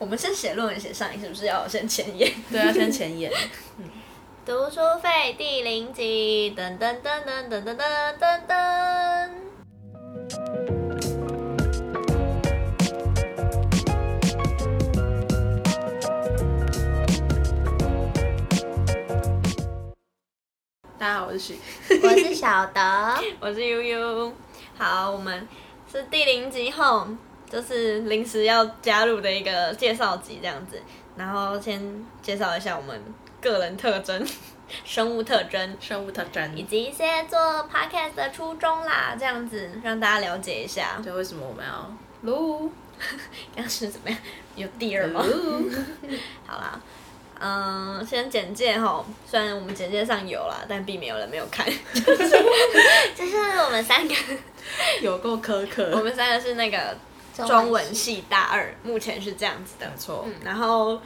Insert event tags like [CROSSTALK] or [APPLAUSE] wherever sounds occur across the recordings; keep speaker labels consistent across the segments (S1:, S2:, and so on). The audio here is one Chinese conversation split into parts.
S1: 我们先写论文写上瘾，是不是要先前言？
S2: 对啊，先前言。
S3: [LAUGHS] 读书费第零集，噔噔噔噔噔噔噔噔
S1: [LAUGHS]
S3: 噔。
S2: [LAUGHS] 大家好，我是许。
S3: 我是小德，
S1: [LAUGHS] 我是悠悠，
S3: 好，我们是第零集后，就是临时要加入的一个介绍集这样子。然后先介绍一下我们个人特征、 [LAUGHS] 生物特征，
S2: 生物特征。
S3: 以及一些做 podcast 的初衷啦，这样子让大家了解一下。
S2: 对，为什么我们要录？
S3: 当时怎么样？有第二吗？
S1: 呃
S2: 录？
S3: 好啦，嗯，先简介哈，虽然我们简介上有啦，但并没有人没有 [LAUGHS] 看，就是 [LAUGHS] 我们三个，
S2: [LAUGHS] 有够苛
S3: [LAUGHS] 我
S2: 刻。
S3: 们三个是那个中
S1: 中文
S3: 文系大二，目前是这样子的
S2: 没，错，
S3: 然后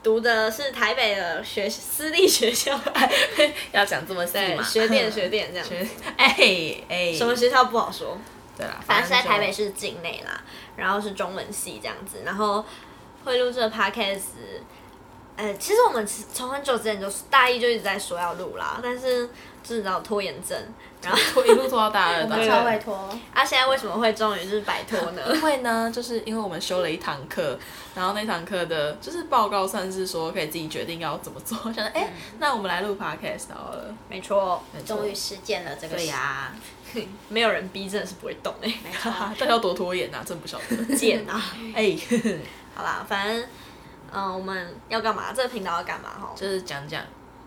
S3: 读的是台北的学私立学校，
S2: [LAUGHS] 要讲这么细
S3: 对，
S2: 嘛？
S3: 学
S2: [LAUGHS]
S3: 店学店这样子，
S2: 哎哎，
S3: 什么学校不好 [LAUGHS] 说，
S2: 对啦，
S3: 反正是在
S2: 就
S3: 台北。市境内啦，然后是中文系这样子，然后会录这个 podcast。呃，其实我们从很久之前就是大一就一直在说要录啦，但是就是你知道拖延症，然后
S2: [LAUGHS] 我一路做到大二，
S1: 我
S2: 大
S1: 们
S3: [LAUGHS] 对
S1: 超
S3: 对
S1: 委
S2: 三。
S1: 托，
S3: 啊，现在为什么会终于就是摆脱呢？
S2: 因为呢，就是因为我们修了一堂课，然后那堂课的就是报告算是说可以自己决定要怎么做。想说，哎、那我们来录 podcast 好了。
S3: 嗯没错，
S2: 没错
S1: 终于实践了这个。
S2: 对呀、
S3: 没有人逼真的是不会动哎、
S1: 没
S3: [LAUGHS]
S2: 哈哈
S1: 错，，
S2: 大家要多拖延啊，真不晓得。
S3: 贱啊！
S2: 哎、
S3: 好啦，反正嗯、我们要干嘛？这个频道要干嘛？哈，
S2: 就是讲讲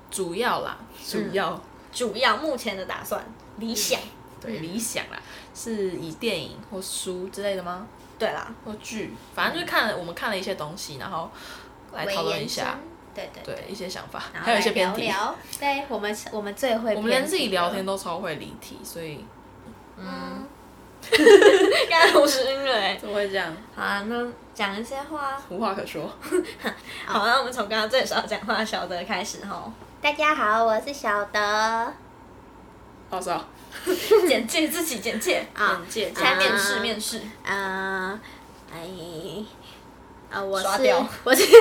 S2: 主要啦，主要、
S3: 主要目前的打算理想，
S2: 对理想啦，是以电影或书之类的吗？
S3: 对啦，
S2: 或剧，反正就是看了我们看了一些东西，然后来讨论一下，
S1: 对对，
S2: 对一些想法，
S1: 然后
S2: 还有一些偏
S1: 来
S2: 题。
S1: 聊聊。对我们，我们最会
S2: 我们连
S1: 偏
S2: 自
S1: 题
S2: 己聊天
S1: 了，
S2: 都超会离题，所以
S3: 嗯，刚刚我是晕了哎、
S2: 怎么会这样？
S3: 好啊，那讲一些话。
S2: 无话可说。
S3: 好，那我们从刚刚最少讲话的小德开始吼。
S1: 大家好，我是小德啊，
S2: [LAUGHS] 老师啊，
S3: 简介自己，简介啊，
S2: 简介
S3: 现在面试
S1: 啊
S3: 面试，
S1: 嗯，哎，啊，我
S3: 刷
S1: 是
S3: 掉
S1: 我是 [LAUGHS]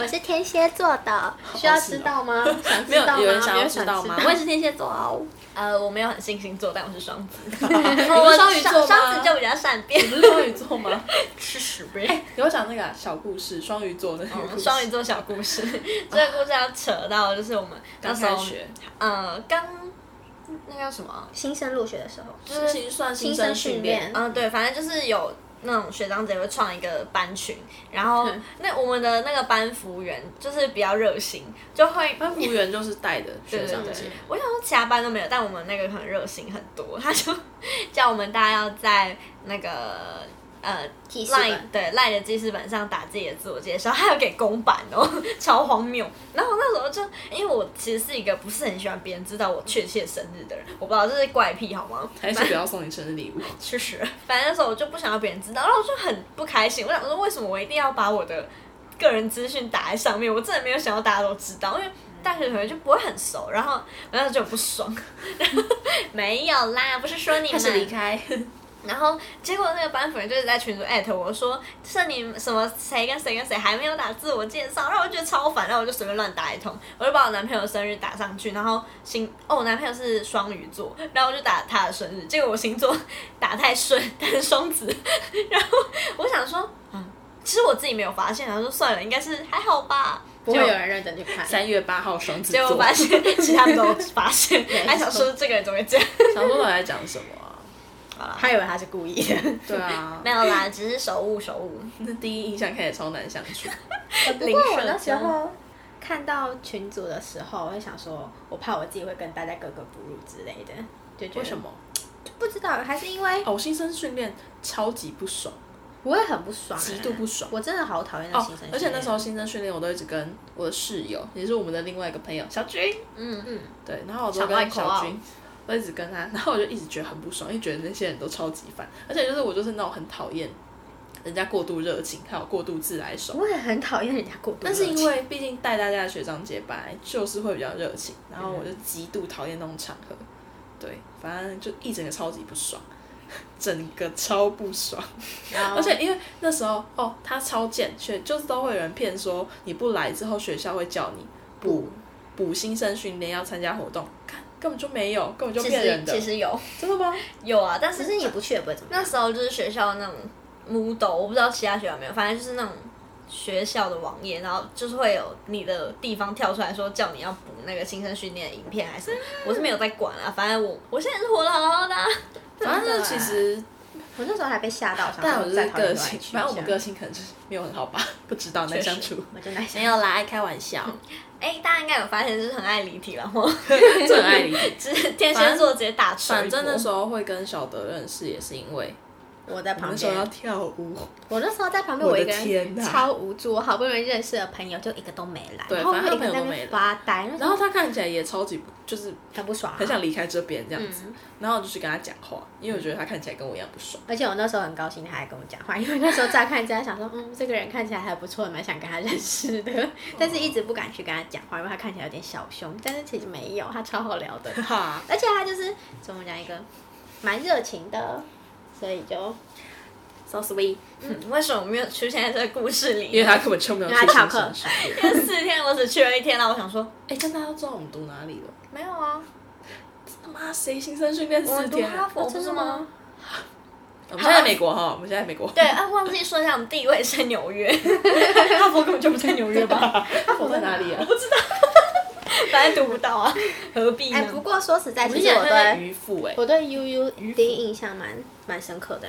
S1: 我是天蝎座的，需要知道吗？
S2: [LAUGHS]
S1: 想
S2: 哦没
S1: 知
S2: 有
S1: 道吗？
S2: 有人想
S1: 没
S2: 要
S1: 有
S2: 知道吗？
S1: 知
S2: 我也是天蝎座哦，
S3: 呃，我没有很信星座，但我是双子，
S2: 你
S3: 我
S2: 是双鱼座吗？
S3: 双子就比较善变哎
S2: 你，啊是双鱼座吗？
S3: 吃屎呗。
S2: 有讲那个啊小故事，哦双鱼座的那个故事
S3: 双鱼座小故事， [LAUGHS] 这个故事要扯到就是我们那
S2: 刚
S3: 时
S2: 开
S3: 候，
S2: 学，
S3: 呃，刚那叫什么？啊
S1: 新生入学的时候，
S2: 就是新算新
S1: 生
S2: 生
S1: 训
S2: 训
S1: 练
S2: 练，啊
S3: 嗯，对，反正就是有那种学长姐会创一个班群，然
S2: [LAUGHS]
S3: 后那我们的那个班服务员就是比较热心，就会
S2: 班服务员就是带的学长
S3: 对对
S2: 姐
S3: 对，我想说其他班都没有，但我们那个很热心很多，他就 [LAUGHS] 叫我们大家要在那个呃
S1: 提示
S3: 赖
S1: 本
S3: 对赖的记事本上打自己的自我介绍，还有给公版哦，超荒谬。然后我那时候就因为我其实是一个不是很喜欢别人知道我确切生日的人，我不知道这是怪癖好吗？
S2: 还是不要送你生日礼物。
S3: [LAUGHS] 吃屎！反正那时候我就不想要别人知道，然后我就很不开心。我想说，为什么我一定要把我的个人资讯打在上面？我真的没有想要大家都知道，因为大学同学就不会很熟。然后我那时候就很不爽， [LAUGHS] 没有啦，不是说你们。 [LAUGHS]
S2: 开，
S3: 然后结果那个班主任就是在群组艾特我说，是你什么谁跟谁跟谁还没有打自我介绍，然后我就觉得嗯超烦，然后我就随便乱打一通，我就把我男朋友的生日打上去，然后星哦我男朋友是双鱼座，然后我就打他的生日，结果我星座打太顺，他是双子，然后我想说，嗯，其实我自己没有发现，然后说算了，应该是还好
S1: [LAUGHS]
S3: 吧，
S1: 不会
S3: 就
S1: 有人认真
S2: [LAUGHS]
S1: 去看。
S2: 三月八号双子
S3: 结果
S2: 座，
S3: 发
S1: [LAUGHS]
S3: 现其他人都发现，还想
S1: 错
S3: 说这个人怎么会这样，
S2: 想说我在讲什么啊？
S3: 好了，
S1: 他以为他是故意的，
S2: 对
S3: [LAUGHS]
S2: 啊
S3: 没，有啦，只是手误手误。
S2: 那第一印象开始超难相
S3: [LAUGHS]
S2: 处，
S1: 不过我那时候看到群组的时候，我会想说，我怕我自己会跟大家格格不入之类的，就觉得
S2: 为什么？
S1: 不知道，还是因为
S2: 哦，新生训练超级不爽，
S1: 我会很不爽、啊
S2: 极度
S3: [LAUGHS]
S2: 不爽
S1: 我真的好讨厌那
S2: 哦
S1: 新生、，
S2: 而且那时候，新生训练，我都一直跟我的室友，也是我们的另外一个朋友小军，
S3: 嗯
S1: 嗯，
S2: 对，然后我
S3: 小
S2: 就
S3: 外
S2: 跟
S3: 口
S2: 小
S3: 啊
S2: 军，我一直跟他，然后我就一直觉得很不爽，因为觉得那些人都超级烦，而且就是我就是那种很讨厌人家过度热情，还有过度自来熟。
S1: 我也很讨厌人家过度热
S2: 但
S1: 情，
S2: 是因为毕竟带大家的学长姐本来就是会比较热情，然后我就极度讨厌那种场合，对，反正就一整个超级不爽。 [LAUGHS] 整个超不爽。
S1: 然后
S2: 而且因为那时候哦，他超贱，学就是都会有人骗说你不来之后学校会叫你补补新生训练，要参加活动，看根本就没有，根本就
S3: 其
S2: 骗
S3: 实
S2: 人的
S3: 其，实有
S2: 真的吗？
S3: 有啊，但
S1: 只
S3: 是
S1: 是你不去也不会怎么样
S3: 那。时候就是学校那种 Moodle，我不知道其他学校有没有，反正就是那种学校的网页，然后就是会有你的地方跳出来说叫你要补那个新生训练的影片还是什么，我是没有在管啊，反正我我现在是活得好好的啊、
S2: 反正
S1: 真
S2: 就
S1: 的
S2: 其实，
S1: 我那时候还被吓到，想
S2: 但我
S1: 说
S2: 就
S1: 再
S2: 是
S1: 讨论
S2: 个
S1: 都来
S2: 性，
S1: 去一下
S2: 反正我们个性可能就是没有很好吧，不知道难相处。
S1: 我就来想
S2: 没有啦，爱开玩笑，
S3: 哎、大家应该有发现，就是很爱离题了吼，
S2: [LAUGHS] 真的很爱理解。
S3: 就是天蝎座直接打锤
S2: 反正那时
S3: 候
S2: 候会跟小德认识，也是因为
S1: 我在
S2: 我
S1: 旁
S2: 那时候要
S1: 边，
S2: 跳舞，
S1: 我那时候在旁边，
S2: 我
S1: 我
S2: 的
S1: 一个
S2: 天
S1: 人
S2: 哪
S1: 超无助，我好不容易认识的朋友就一个都没来，
S2: 对
S1: 然后我
S2: 反正
S1: 就一个
S2: 他朋友
S1: 人在
S2: 都
S1: 那
S2: 没
S1: 边
S2: 来
S1: 发呆，那时
S2: 然
S1: 候
S2: 后他看起来也超级就是
S1: 很不爽啊，
S2: 很想离开这边这样子，
S1: 嗯
S2: 然后我就去跟他讲话，因为我觉得他看起来跟我一样不爽。
S1: 而且我那时候很高兴，他还跟我讲话，因 [LAUGHS] 为那时候乍看之下想说，嗯，这个人看起来还不错，蛮想跟他认识
S2: [LAUGHS]
S1: 的，但是一直不敢去跟他讲话，因为他看起来有点小凶，但是其实没有，他超好聊的， [LAUGHS]
S2: 哈，
S1: 而且他就是怎么讲一个蛮热情的，所以就 so sweet。
S3: 嗯，为什么没有出现在这个故事 [LAUGHS] 里？
S2: 因为他根本就没有
S1: 因为他
S2: 出现
S1: 翘课
S2: 什么事业
S3: 四天我只去了一天，然后我想说
S2: 哎，但大家都知道我们读哪里了？
S3: 没有啊，
S2: 他妈谁新生训练
S3: 我
S2: 四
S3: 们读
S2: 天
S3: 哈
S2: 啊？
S3: 佛不是哦吗？
S2: 我们现在在美国哈，我们现在在美国。
S3: 对啊，忘记说一下，我们地位是在纽约， [LAUGHS] 哈佛根本就不在纽约吧？
S2: 哈佛在哪里啊？
S3: 反正读不到 [LAUGHS] 啊，何必呢？
S1: 哎、不过说实在，
S2: 我
S1: 其
S2: 们
S1: 实我
S2: 现在在
S1: 对
S2: 渔夫哎。
S1: 我对 U U D 印象蛮蛮深刻的，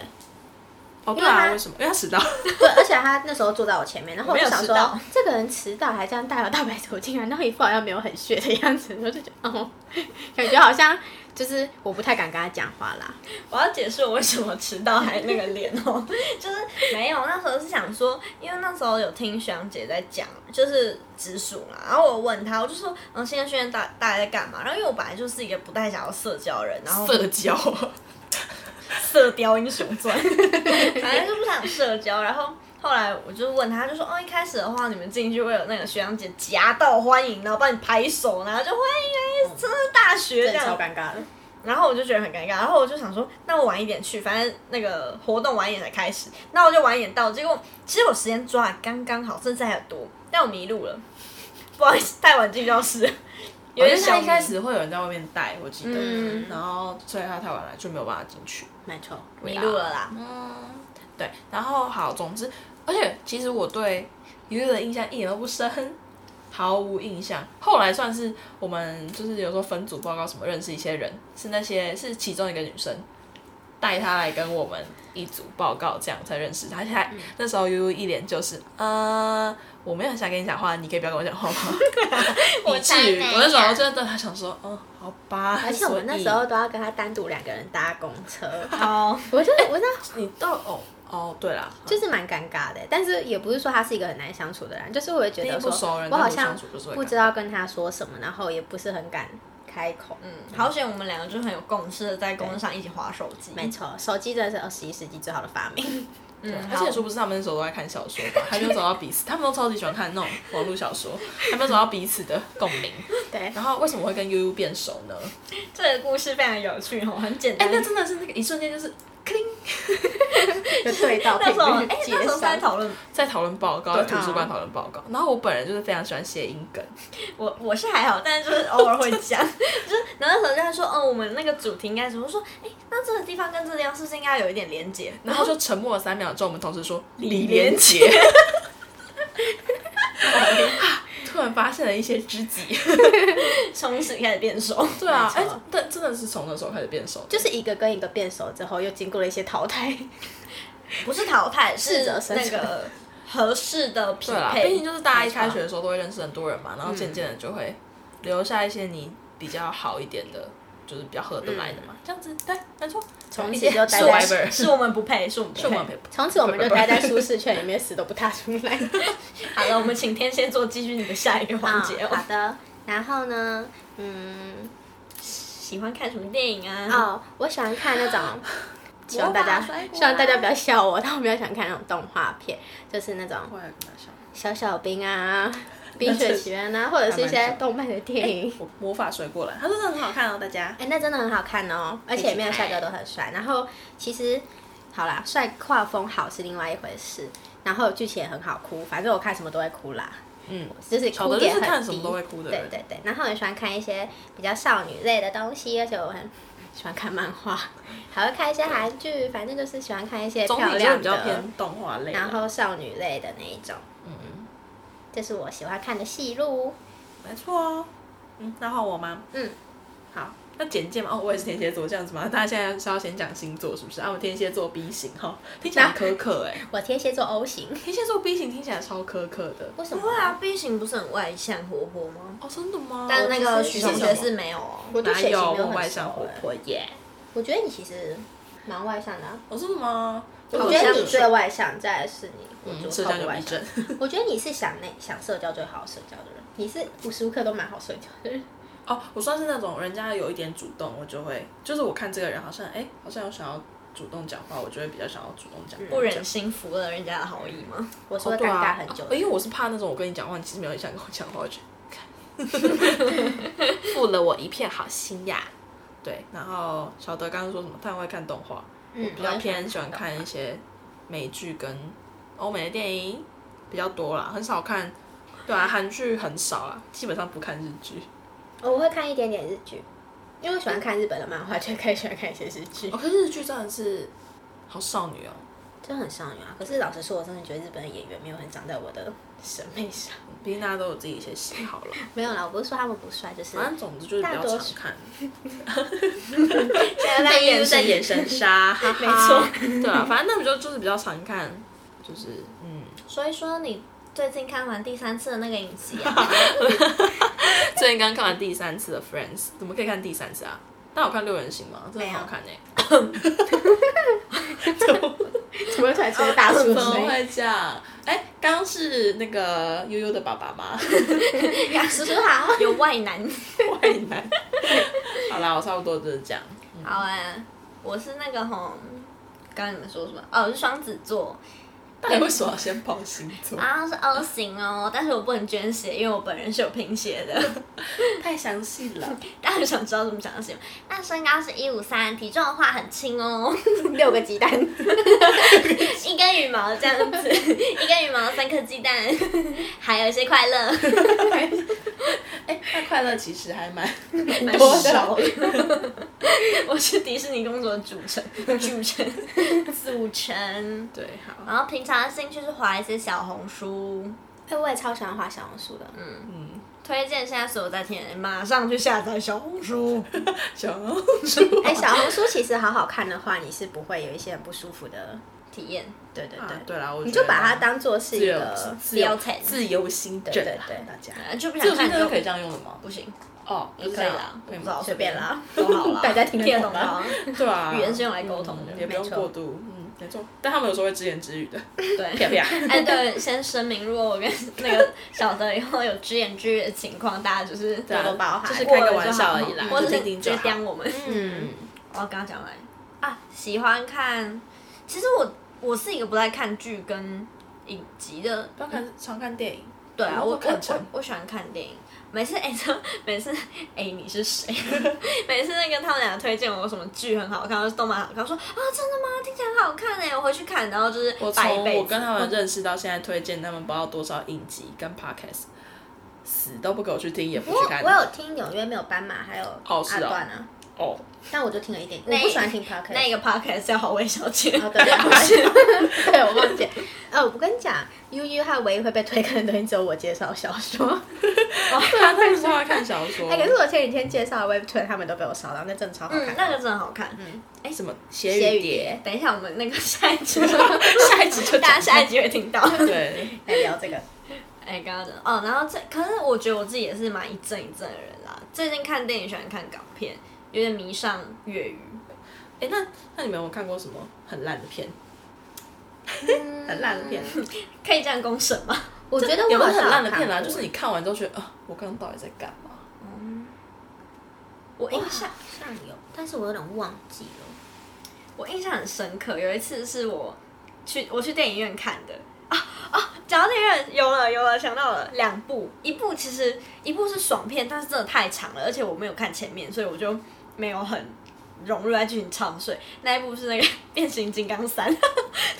S2: 哦，对
S1: 因为
S2: 啊，
S1: 他
S2: 为什么？因为他 [LAUGHS] 迟到。
S1: 对，而且他那时候坐在我前面，然后我就想
S3: 没有迟到
S1: 说，这个人迟到还这样大摇大摆走进来，然后一副好像没有很屑的样子，我就觉得，哦， [LAUGHS] 感觉好像就是我不太敢跟他讲话啦。
S3: 我要解释我为什么迟到还那个脸哦， [LAUGHS] 就是没有那时候是想说，因为那时候有听学长姐在讲，就是直属嘛，然后我问她，我就说，嗯，现在训练大大家在干嘛？然后因为我本来就是一个不太想要社交的人，然后
S2: 社交啊，
S3: 色雕英雄 [LAUGHS] 传，反正就不想社交。然后后来我就问他，他就说哦，一开始的话你们进去会有那个学长姐夹道欢迎，然后帮你拍手，然后就欢迎哎，真的大学这
S1: 真的
S3: 样。
S1: 超尴尬的。
S3: 然后我就觉得很尴尬，然后我就想说，那我晚一点去，反正那个活动晚一点才开始，那我就晚一点到。结果其实我时间抓的刚刚好，甚至还有多，但我迷路了， [LAUGHS] 不好意思，太晚进教室了。有点
S2: 因为
S3: 小
S2: 他
S3: 迷
S2: 一开始会有人在外面带，我记得，
S3: 嗯
S2: 然后所以他太晚来就没有办法进去。
S1: 没错，
S3: 迷路了啦，
S2: 嗯，对，然后好，总之，而且其实我对 U 的印象一点都不深，毫无印象。后来算是我们就是有时候分组报告什么认识一些人，是那些是其中一个女生带她来跟我们一组报告，这样才认识她。现
S1: 嗯
S2: 在、那时候 U 一脸就是，呃，我没有很想跟你讲话，你可以不要跟我讲话
S1: [LAUGHS]
S2: 吗？
S3: 我
S2: 以至于
S3: 大概
S2: 我那时候真的很想说，哦，好吧。
S1: 而且我们那时
S2: 所
S1: 候都要跟他单独两个人搭公车， [LAUGHS]
S3: 好，
S1: 我就我那
S2: 以你到哦哦，对啦，
S1: 就是蛮尴尬的，但是也不是说他是一个很难相处的人，就是我会觉得
S2: 毕竟
S1: 说
S2: 不熟人，
S1: 我好
S2: 单
S1: 像
S2: 独相处就是会
S1: 不知道跟他说什么，然后也不是很敢开口。嗯，
S3: 嗯好险我们两个就很有共识的在公车上一起划手机，
S1: 没错，手机真的是二十一世纪最好的发明。
S3: 嗯，
S2: 而
S3: 好
S2: 且说不是他们那时候都在看小说吧， [LAUGHS] 他们就找到彼此，他们都超级喜欢看那种网络小说，
S1: [LAUGHS]
S2: 他们找到彼此的共鸣。
S1: 对，
S2: 然后为什么会跟悠悠变熟呢？
S3: 这个故事非常有趣哦，很简
S2: 哎、
S3: 单。
S2: 那真的是那个一瞬间就是
S1: 就对到
S3: 那时候，
S1: 频率
S3: 哎、那
S1: 接
S3: 时候是在
S1: 上。
S3: 讨论，
S2: 在讨论报告，在
S1: 对啊
S2: 图书馆讨论报告。然后我本人就是非常喜欢谐音
S1: [LAUGHS]
S2: 梗，
S3: 我我是还好，但是就是偶尔会
S2: [LAUGHS]
S3: 讲，就是然后那时候就在说，哦，我们那个主题应该什么？我说，哎、那这个地方跟这个地方是不是应该有一点连接？
S2: 然后就沉默了三秒钟，我们同事说
S3: 李
S2: 李
S3: 连
S2: 连杰。 [LAUGHS] 突然发现了一些知
S1: [LAUGHS]
S2: 己，
S3: 从此开始变熟。
S2: [LAUGHS] 对啊，
S1: 没
S2: 哎、
S1: 错
S2: 但真的是从那时候开始变熟的，
S1: 就是一个跟一个变熟之后，又经过了一些淘 [LAUGHS] 汰，
S3: 不是淘汰，是
S1: 适者生
S3: 那个合适的匹
S2: 对啦，
S3: 配。
S2: 毕竟就是大家一开学的时候都会认识很多人嘛，然后渐渐的就会留下一些你比较好一点的，就是比较合得来的嘛，这样子嗯对，没错。
S1: 从
S2: 一
S1: 此
S2: 些
S1: 就待 [LAUGHS] 在，
S2: survivor
S3: 是我们不配，是我们
S2: 是
S3: 不
S2: 我们
S3: 配。
S2: 陪
S1: 从此我们就待在舒适圈里面，死都不踏出来。
S3: 好了，我们请天蝎座继续你的下一个环节
S1: [LAUGHS] 嗯
S3: 哦。
S1: 好的，然后呢，嗯，
S3: 喜欢看什么电影啊？
S1: 哦，我喜欢看那 [LAUGHS] 种，希望大
S3: 魔
S1: 家
S3: 法摔骨啊
S1: 希望大家不要笑我，但我比较喜欢看那种动画片，就是那种
S2: 我也跟他笑
S1: [LAUGHS] 小小兵啊，冰雪奇缘》啊，或者是一些动漫的电影。
S2: 我魔法水果篮，它真的很好看哦，大家。
S1: 哎、那真的很好看哦，而且里面的帅哥都很帅。然后其实，好啦，帅画风好是另外一回事，然后剧情也很好哭，反正我看什么都会哭啦。
S2: 嗯，
S1: 就是
S2: 小
S1: 哭
S2: 的就
S1: 点
S2: 是
S1: 很低，
S2: 看什么都会哭的
S1: 对
S2: 人，
S1: 对对，然后很喜欢看一些比较少女类的东西，而且我很喜欢看漫画，还会看一些韩剧，反正就是喜欢看一些
S2: 总体
S1: 漂
S2: 就会
S1: 亮
S2: 比较
S1: 的，
S2: 偏动画类啦。
S1: 然后少女类的那一种。
S2: 嗯，
S1: 这是我喜欢看的戏路。
S2: 没错哦。嗯，那换我吗？
S1: 嗯，
S2: 好，那简介嘛，哦，我也是天蝎座，这样子吗？大家现在是要先讲星座是不是？啊，我天蝎座 B 型哈、哦，听起来很苛刻哎、
S1: 我天蝎座 O 型，
S2: 天蝎座 B 型听起来超苛刻的。
S1: 为什
S3: 不
S1: 么？
S3: 会啊，B 型不是很外向活泼吗？
S2: 哦，真的吗？
S3: 但那个
S1: 我其
S3: 许
S1: 实
S3: 同
S1: 是
S3: 学是没有哦。
S1: 我对
S2: 哪
S1: 血型没
S2: 有
S1: 有
S2: 我
S1: 很
S2: 外向
S1: 熟
S2: 活
S1: 欸
S2: 泼耶？
S1: 我觉得你其实蛮外向的、啊。
S2: 哦，真的吗？
S1: 我觉得你最外向，再来是你，我觉
S2: 嗯，
S1: 得
S2: 社
S1: 超
S2: 交
S1: 不
S2: 牛
S1: 外
S2: 逼
S1: 向
S2: 症。。
S1: 我觉得你是想那想社交最好社交的人，你是无时无刻都蛮好社交的人。
S2: [LAUGHS] 哦，我算是那种人家有一点主动，我就会，就是我看这个人好像，哎、好像有想要主动讲话，我就会比较想要主动讲话。
S3: 不忍心服了人家的好意吗？
S1: 我
S2: 这
S1: 说
S2: 样
S1: 尴尬很久
S2: 哦对
S1: 的
S2: 啊哦因
S1: 人，
S2: 为我是怕那种我跟你讲话，你其实没有想跟我讲话，我觉 [LAUGHS] 得，看负了我一片好心呀。对，然后小德刚刚说什么？他很会看动画，
S1: 嗯，
S2: 比较
S1: 我也
S2: 偏喜欢看一些美剧跟欧美的电影比较多啦，很少看。对啊，韩剧很少啊，基本上不看日剧。
S1: 哦我会看一点点日剧，因为我喜欢看日本的漫画，就可以喜欢看一些日剧
S2: 哦，，可是日剧真的是好少女哦。
S1: 就很少女啊。可是老实说，我真的觉得日本的演员没有很长在我
S3: [LAUGHS]
S1: 的审美上。
S2: 毕竟大家都有自己一些喜好了，
S1: 没有啦，我不是说他们不帅， [LAUGHS] 就是
S2: 反正总之就是比
S1: 大
S2: 较
S1: 多
S2: 常
S1: 数
S2: 看。
S3: 现在在 [LAUGHS] 眼神
S2: 眼神杀，啊哈哈
S1: 没错，
S2: 对啊，反正那比较就是比较常看，就是嗯，
S3: 所以说你最近看完第三次的那个影集
S1: [LAUGHS]
S3: 啊，
S2: 最近哎刚看完第三次的 Friends，怎么可以看第三次啊？但我看六人行吗？真的很好看呢、欸
S1: 怎么突然出大
S2: [LAUGHS]
S1: 叔
S2: 怎么
S1: 声音？
S2: 会这样？哎、刚刚是那个悠悠的爸爸吗？
S3: 呀，叔叔好， [LAUGHS] 有外
S1: [LAUGHS]
S3: 男。
S2: 外男。好啦，我差不多就是这样。
S3: 好哎、我是那个吼，刚刚你们说什么？哦，我是双子座
S2: 到底为什么要先报星座？
S3: 啊，是 O 型哦，但是我不能捐血，因为我本人是有贫血的。 [LAUGHS]
S2: 太详细了。
S3: 大家想知道怎么详细吗？那身高是一五三，体重的话很轻哦，
S1: 六个鸡蛋，
S2: 哦
S3: 一根羽毛这样子，一根羽毛三颗鸡蛋，还有一些快乐，
S2: 哎、那快乐其实还蛮
S3: 蛮
S2: 多
S3: 少
S2: 少
S3: 的。我是迪士尼公主的主城，主城，组成。
S2: 对，好，
S3: 然后平常的兴趣是划一些小红书，
S1: 哎， [LAUGHS] 我也超喜欢画小红书的，
S2: 嗯，
S3: 推荐现在所有在听的人马上去下载小红书。
S2: 小红书
S1: 哎、小红书其实好好看的话，你是不会有一些很不舒服的。
S3: 体验。
S1: 对对对，
S2: 啊 [LAUGHS] 对啦，我
S1: 你
S2: 觉
S1: 就
S2: 得
S1: 把它当做是
S2: 自
S1: 一
S2: 由
S1: 个，
S2: 自由
S3: 自由
S2: 自由心证
S1: 对对
S2: 啦啊
S1: 对
S2: 大家
S3: 呃就不
S2: 自
S3: 想
S2: 由心
S3: 看
S2: 证
S3: 就
S2: 可以这样用的吗？
S3: 不行，
S2: 哦，
S3: 不可以啦，
S2: 可以
S3: 不知道
S2: 吗？
S1: 随便啦， [LAUGHS]
S3: 都好啦，
S1: 大家听得
S3: 得
S1: 懂
S3: 懂
S1: 吗
S3: 吗？
S2: 对啊，
S3: 语言是用来沟通的
S2: 嗯也不用
S1: 没错
S2: 过度，嗯，没错。但他们有时候会只言只语的，
S3: 对，
S2: [LAUGHS] 啪啪。
S3: 哎，对，先声明，如果我跟那个小德以后有只眼之语的情况，大家就是
S2: 对啊
S1: 多多包涵
S2: 就是
S3: 过
S2: 开
S3: 了
S2: 个
S3: 就
S2: 玩笑而已啦
S3: 好，或者
S2: 就是听听
S3: 直接
S2: 就好
S3: 刁。我们。
S1: 嗯，
S3: 我要跟哦他讲完啊，喜欢看。其实我我是一个不太看剧跟影集的
S2: 不要看常看电影，
S3: 对啊，我
S2: 我
S3: 我
S2: 都看成
S3: 我我喜欢看电影。每次哎， [LAUGHS] 这每次哎，你是谁？ [LAUGHS] 每次那个他们俩推荐我什么剧很好看，或是动漫好看，我说啊，真的吗？听起来很好看哎，我回去看，然后就是
S2: 我
S3: 摆一
S2: 从
S3: 辈
S2: 我
S3: 子嗯
S2: 跟。他们认识到现在，推荐他们不知道多少影集跟 podcast，死都不给我去听，也不
S1: 我
S2: 去看。
S1: 我有听纽约没有斑马，还有
S2: 哦
S1: 阿
S2: 是哦
S1: 段啊，
S2: 哦， [LAUGHS]
S1: 但我就听了一点，
S3: 那
S1: 我不喜欢 [LAUGHS] 听 podcast。
S3: 那个 podcast 叫好味小姐，
S2: 啊
S1: 哦，对， [LAUGHS] 不是，对我忘记。哦，我跟你讲，U U 它唯一会被推坑的东西只有我介绍小说，
S2: 对啊，他们说要看小
S3: [LAUGHS]
S2: 说
S1: 哎、，可是我前几天介绍的 Web 推，他们都被我烧到，那真的超好看
S3: [LAUGHS] 嗯，
S1: 的。
S3: 那个真的好看。
S2: 哎，什么谐
S1: 写
S2: 语碟？
S3: 等一下，我们那个下一
S2: [LAUGHS]
S3: 集，下一集就大家下一集会听到。
S2: 对，
S1: 来聊这个，
S3: 哎，刚刚讲哦，然后这可是我觉得我自己也是蛮一阵一阵的人啦。最近看电影喜欢看港片，有点迷上粤语。
S2: 哎，那那你们有没有看过什么很烂
S3: [LAUGHS]
S2: 的片？很烂的片，
S3: 可以这样公审吗？
S1: 嗯 [LAUGHS] 我觉得
S2: 也
S1: 我
S2: 不
S1: 好
S2: 是
S1: 像
S2: 很烂的
S1: 有看
S2: 片啦，
S1: 过
S2: 就是你看完之后觉得啊，我刚刚到底在干嘛？
S3: 我
S1: 我
S3: 印象
S1: 好哎像有，但是我有点忘记了。
S3: 我印象很深刻，有一次是我去我去电影院看的啊啊！讲到那个有了有了，想到了两部，一部其实一部是爽片，但是真的太长了，而且我没有看前面，所以我就没有很融入在剧情唱睡。那一部是那个 [LAUGHS] 《变形金刚三》， [LAUGHS]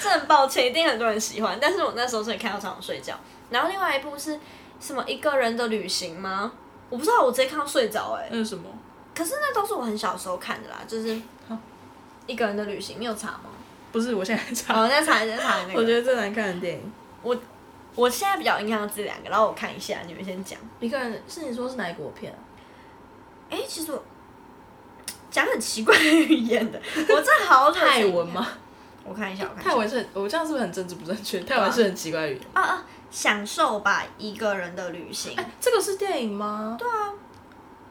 S3: 这很抱歉，一定很多人喜欢，但是我那时候是看到常常睡觉。然后另外一部是什么一个人的旅行吗？我不知道，我直接看到睡着哎、
S2: 那是什么？
S3: 可是那都是我很小时候看的啦，就是
S2: 好
S3: 一个人的旅行，你有查吗？
S2: 不是，我现在 [LAUGHS] 查。
S3: 哦，再查再查那个。
S2: 我觉得最难看的电影，
S3: 我现在比较印象这两个，然后我看一下，你们先讲。
S2: 一个人是你说是哪一国片啊？
S3: 哎、其实我讲很奇怪的语言
S2: [LAUGHS]
S3: 的，我这好久
S2: 泰文？吗？
S3: 我看一下，我看一下
S2: 泰文是很，我这样是不是很政治不正确？泰文是很奇怪的语言。
S3: 啊啊，享受吧一个人的旅行。
S2: 哎，这个是电影吗？对，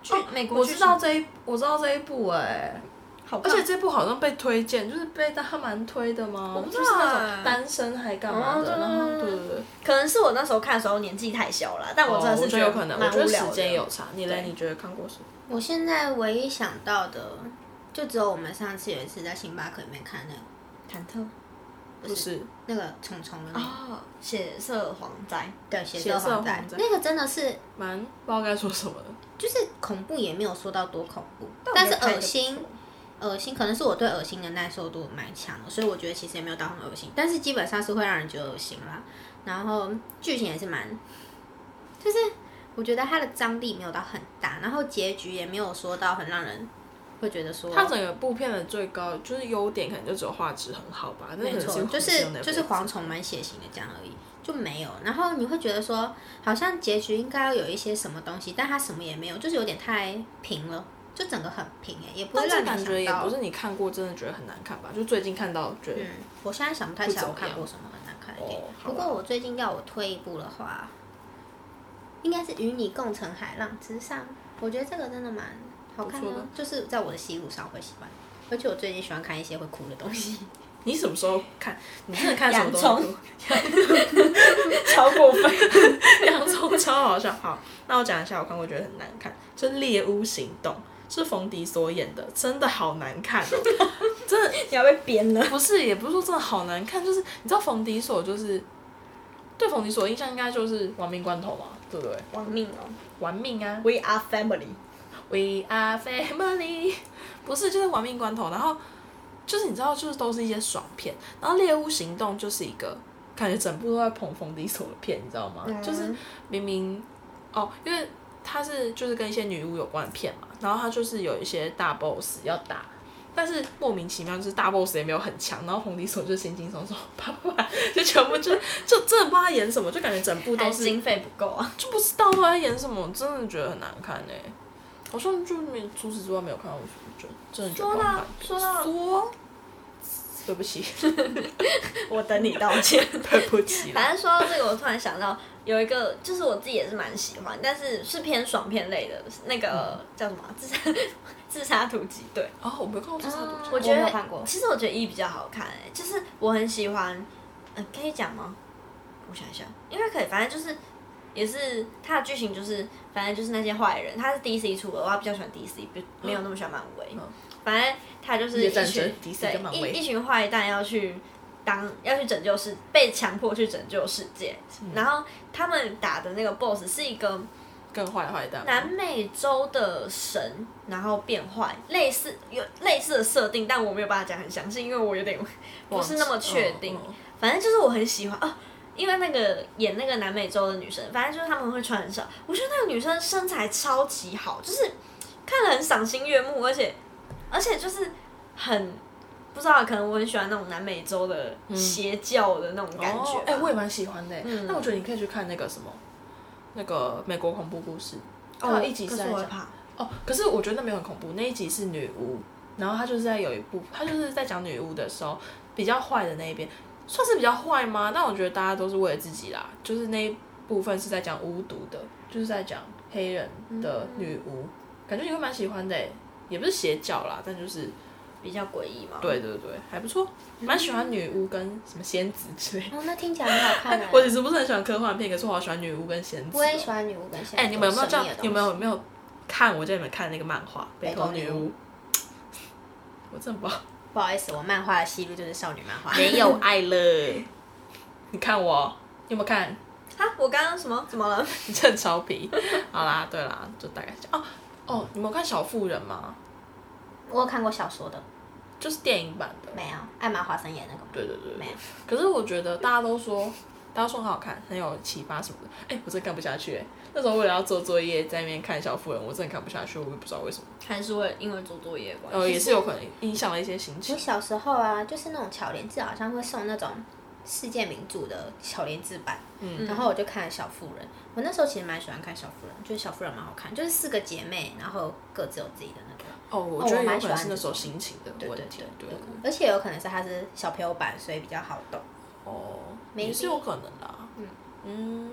S3: 去、美国
S2: 哎我
S3: 去
S2: 知道，这一，我知道这一部哎，
S3: 好
S2: 而
S3: 看，
S2: 且这部好像被推荐，就是被大家蛮推的吗？
S3: 我不知
S2: 就
S3: 道
S2: 是那
S3: 哎
S2: 种单身还干嘛
S3: 哦对
S2: 的，然后对对对，
S3: 可能是我那时候看的时候年纪太小了，但我真的
S2: 哦
S3: 是
S2: 觉得有可能，我
S3: 蛮
S2: 觉
S3: 无
S2: 得
S3: 聊
S2: 时
S3: 的。
S2: 间有差。你嘞，
S3: 对
S2: 你觉得看过什么？
S1: 我现在唯一想到的，就只有我们上次有一次在星巴克里面看那个
S3: 忐忑
S2: 不是，
S1: 那个虫虫
S2: 哦
S1: 的那个，
S3: 啊，血色蝗灾，
S2: [LAUGHS]
S1: 对，血
S2: 血
S1: 色
S2: 色
S1: 黄
S2: 蝗灾
S1: 那个真的是
S2: 蛮不知道该说什么了。
S1: 就是恐怖也没有说到多恐怖，
S3: 但
S1: 但
S3: 我
S1: 是
S3: 觉得拍得
S1: 恶心，恶心可能是我对恶心的耐受度蛮强的，所以我觉得其实也没有到很恶心，但是基本上是会让人觉得恶心啦。然后剧情也是蛮，就是我觉得它的张力没有到很大，然后结局也没有说到很让人会觉得说，
S2: 它整个部片的最高就是优点，可能就只有画质很好吧，那
S1: 没
S2: 可能是
S1: 错，啊就是
S2: 黄色那辈子
S1: 就是蝗虫蛮血腥的这样而已，就没有。然后你会觉得说，好像结局应该要有一些什么东西，但它什么也没有，就是有点太平了，就整个很平哎、也不会
S2: 但
S1: 让
S2: 是
S1: 你
S2: 感觉
S1: 想
S2: 也
S1: 到
S2: 不。是你看过真的觉得很难看吧？就最近看到觉得
S1: 嗯，我现在想不太起来我看
S2: 不怎么样
S1: 过什么很难看的电影
S2: 哦。好
S1: 不
S2: 吧
S1: 过我最近要我推一部的话，应该是《与你共乘海浪之上》，我觉得这个真的蛮好看的
S2: 不错
S1: 哦，就是在我的戏路上会喜欢。而且我最近喜欢看一些会哭的东西，
S2: 你什么时候看？你真的看什么东
S3: 洋
S2: 西
S3: 葱？超过分。
S2: [LAUGHS] 洋葱超好笑。好，那我讲一下我看过觉得很难看，就《猎巫行动》是冯迪所演的，真的好难看哦。
S3: [LAUGHS] 你要被编了。
S2: [LAUGHS] 不是，也不是说真的好难看，就是你知道冯迪所就是对冯迪所印象应该就是亡命关头嘛，对不对？
S3: 亡命哦
S2: 玩命啊
S3: ，We are family。
S2: ，We are family，不 [LAUGHS] 是就是亡命关头，然后就是你知道就是都是一些爽片，然后《猎物行动》就是一个感觉整部都在捧冯迪所的片，你知道
S3: 啊
S2: 吗？就是明明哦，因为它是就是跟一些女巫有关的片嘛，然后它就是有一些大 boss 要打，但是莫名其妙就是大 boss 也没有很强，然后红迪手就轻轻松松啪啪啪， [LAUGHS] 就全部就就真的不知道他演什么，就感觉整部
S3: 还
S2: 都
S3: 是
S2: 是
S3: 经费不够啊。
S2: 就不知道他在演什么，真的觉得很难看哎、好像就没除此之外没有看到我觉得真的觉得
S3: 说
S2: 不好
S3: 到
S2: 看。
S3: 说到，
S2: 说，对不起，
S3: [LAUGHS]
S2: [LAUGHS]
S3: 我等你道歉。
S2: 对不起
S3: [LAUGHS]
S2: 啦，
S3: 反正说到这个，我突然想到有一个，就是我自己也是蛮喜欢，但是是偏爽片类的，那个、叫什么啊自杀 [LAUGHS] 自杀突击队。
S2: 哦，我没看过这杀毒
S1: 嗯
S2: 者
S3: 啊我觉
S1: 我没
S3: 得
S1: 有看过
S3: 其实我觉得一比较好看、欸，就是我很喜欢，呃，可以讲吗？我想一下，应该可以，反正就是也是它的剧情就是，反正就是那些坏人，他是 DC 出的，我还比较喜欢 DC，不没有那么喜欢漫威。
S2: 嗯
S3: 反正他就是
S2: 也
S3: 一
S2: 赞成
S3: 群
S2: DC
S3: 对
S2: 跟漫
S3: 一
S2: 威
S3: 一群坏蛋要去当要去拯救世，被强迫去拯救世界，然后他们打的那个 BOSS 是一个。
S2: 更坏坏蛋。
S3: 南美洲的神，然后变坏，类似有类似的设定，但我没有办法讲很详细，因为我有点 [LAUGHS] 不是那么确定。
S2: 嗯嗯
S3: 反正就是我很喜欢哦，因为那个演那个南美洲的女生，反正就是她们会穿很少，我觉得那个女生身材超级好，就是看了很赏心悦目，而且而且就是很不知道，可能我很喜欢那种南美洲的邪教的那种感觉
S2: 哦
S3: 吧。
S2: 哎、我也蛮喜欢的、
S3: 嗯
S2: 那我觉得你可以去看那个什么，那个美国恐怖故事。
S3: 哦，
S2: 一集
S3: 可
S2: 是
S3: 是
S2: 在
S3: 我会
S2: 讲
S3: 怕，
S2: 哦，可是我觉得那没有很恐怖，那一集是女巫，然后她就是在有一部，她就是在讲女巫的时候比较坏的那一边，算是比较坏吗？但我觉得大家都是为了自己啦，就是那一部分是在讲巫毒的，就是在讲黑人的女
S3: 嗯
S2: 巫，感觉你会蛮喜欢的、欸也不是邪教啦，但就是
S3: 比较诡异嘛。
S2: 对对对，还不错，蛮喜欢女巫跟什么仙子之类的。
S1: 哦，那听起来很好 [LAUGHS] 看哎、
S2: 我其实不是很喜欢科幻片，可是我好喜欢女巫跟仙子哦。
S1: 我也喜欢女巫跟仙
S2: 哎、
S1: 女
S2: 你们有没有
S1: 这
S2: 这
S1: 样
S2: 样？？有没有有没有看我叫你们看那个漫画《
S1: 北
S2: 北
S1: 投
S2: 投
S1: 女
S2: 女
S1: 巫
S2: 巫》？我真的不好
S1: 不好意思，我漫画的戏路就是少女漫画。
S2: [LAUGHS] 没有爱了。你看我，有没有看？
S3: 哈，我刚刚什么怎么了？
S2: 正潮
S1: [LAUGHS]
S2: 皮。好啦，对啦，就大概是这样。哦哦，你们有看《小妇人》吗？
S1: 我有看过小说的，
S2: 就是电影版的。
S1: 没有，艾玛华森演那个吗？
S2: 对对对
S1: 没有
S2: 对。可是我觉得大家都说，大家说很好看，很有启发什么的。哎、我真的看不下去、哎，那时候为了要做作业，在那边看《小妇人》，我真的看不下去，我也不知道为什么。
S3: 还是为因为做作业的关系？
S2: 呃，也是有可能影响了一些心
S1: 我
S2: 情。
S1: 小时候啊，就是那种巧莲志好像会送那种世界名著的巧莲志版，
S2: 嗯
S1: 然后我就看了《小妇人》，我那时候其实蛮喜欢看《小妇人》，就是《小妇人》蛮好看，就是四个姐妹，然后各自有自己的那个。
S2: 哦，我觉得
S1: 我蛮
S2: 有
S1: 喜
S2: 可
S1: 欢
S2: 能是那时候心情的
S1: 对
S2: 问
S1: 对
S2: 题
S1: 对。
S2: 对
S1: 有可能而且有可能是它是小朋友版，所以比较好懂。
S2: 哦，
S1: Maybe
S2: 也是有可能啦。嗯嗯，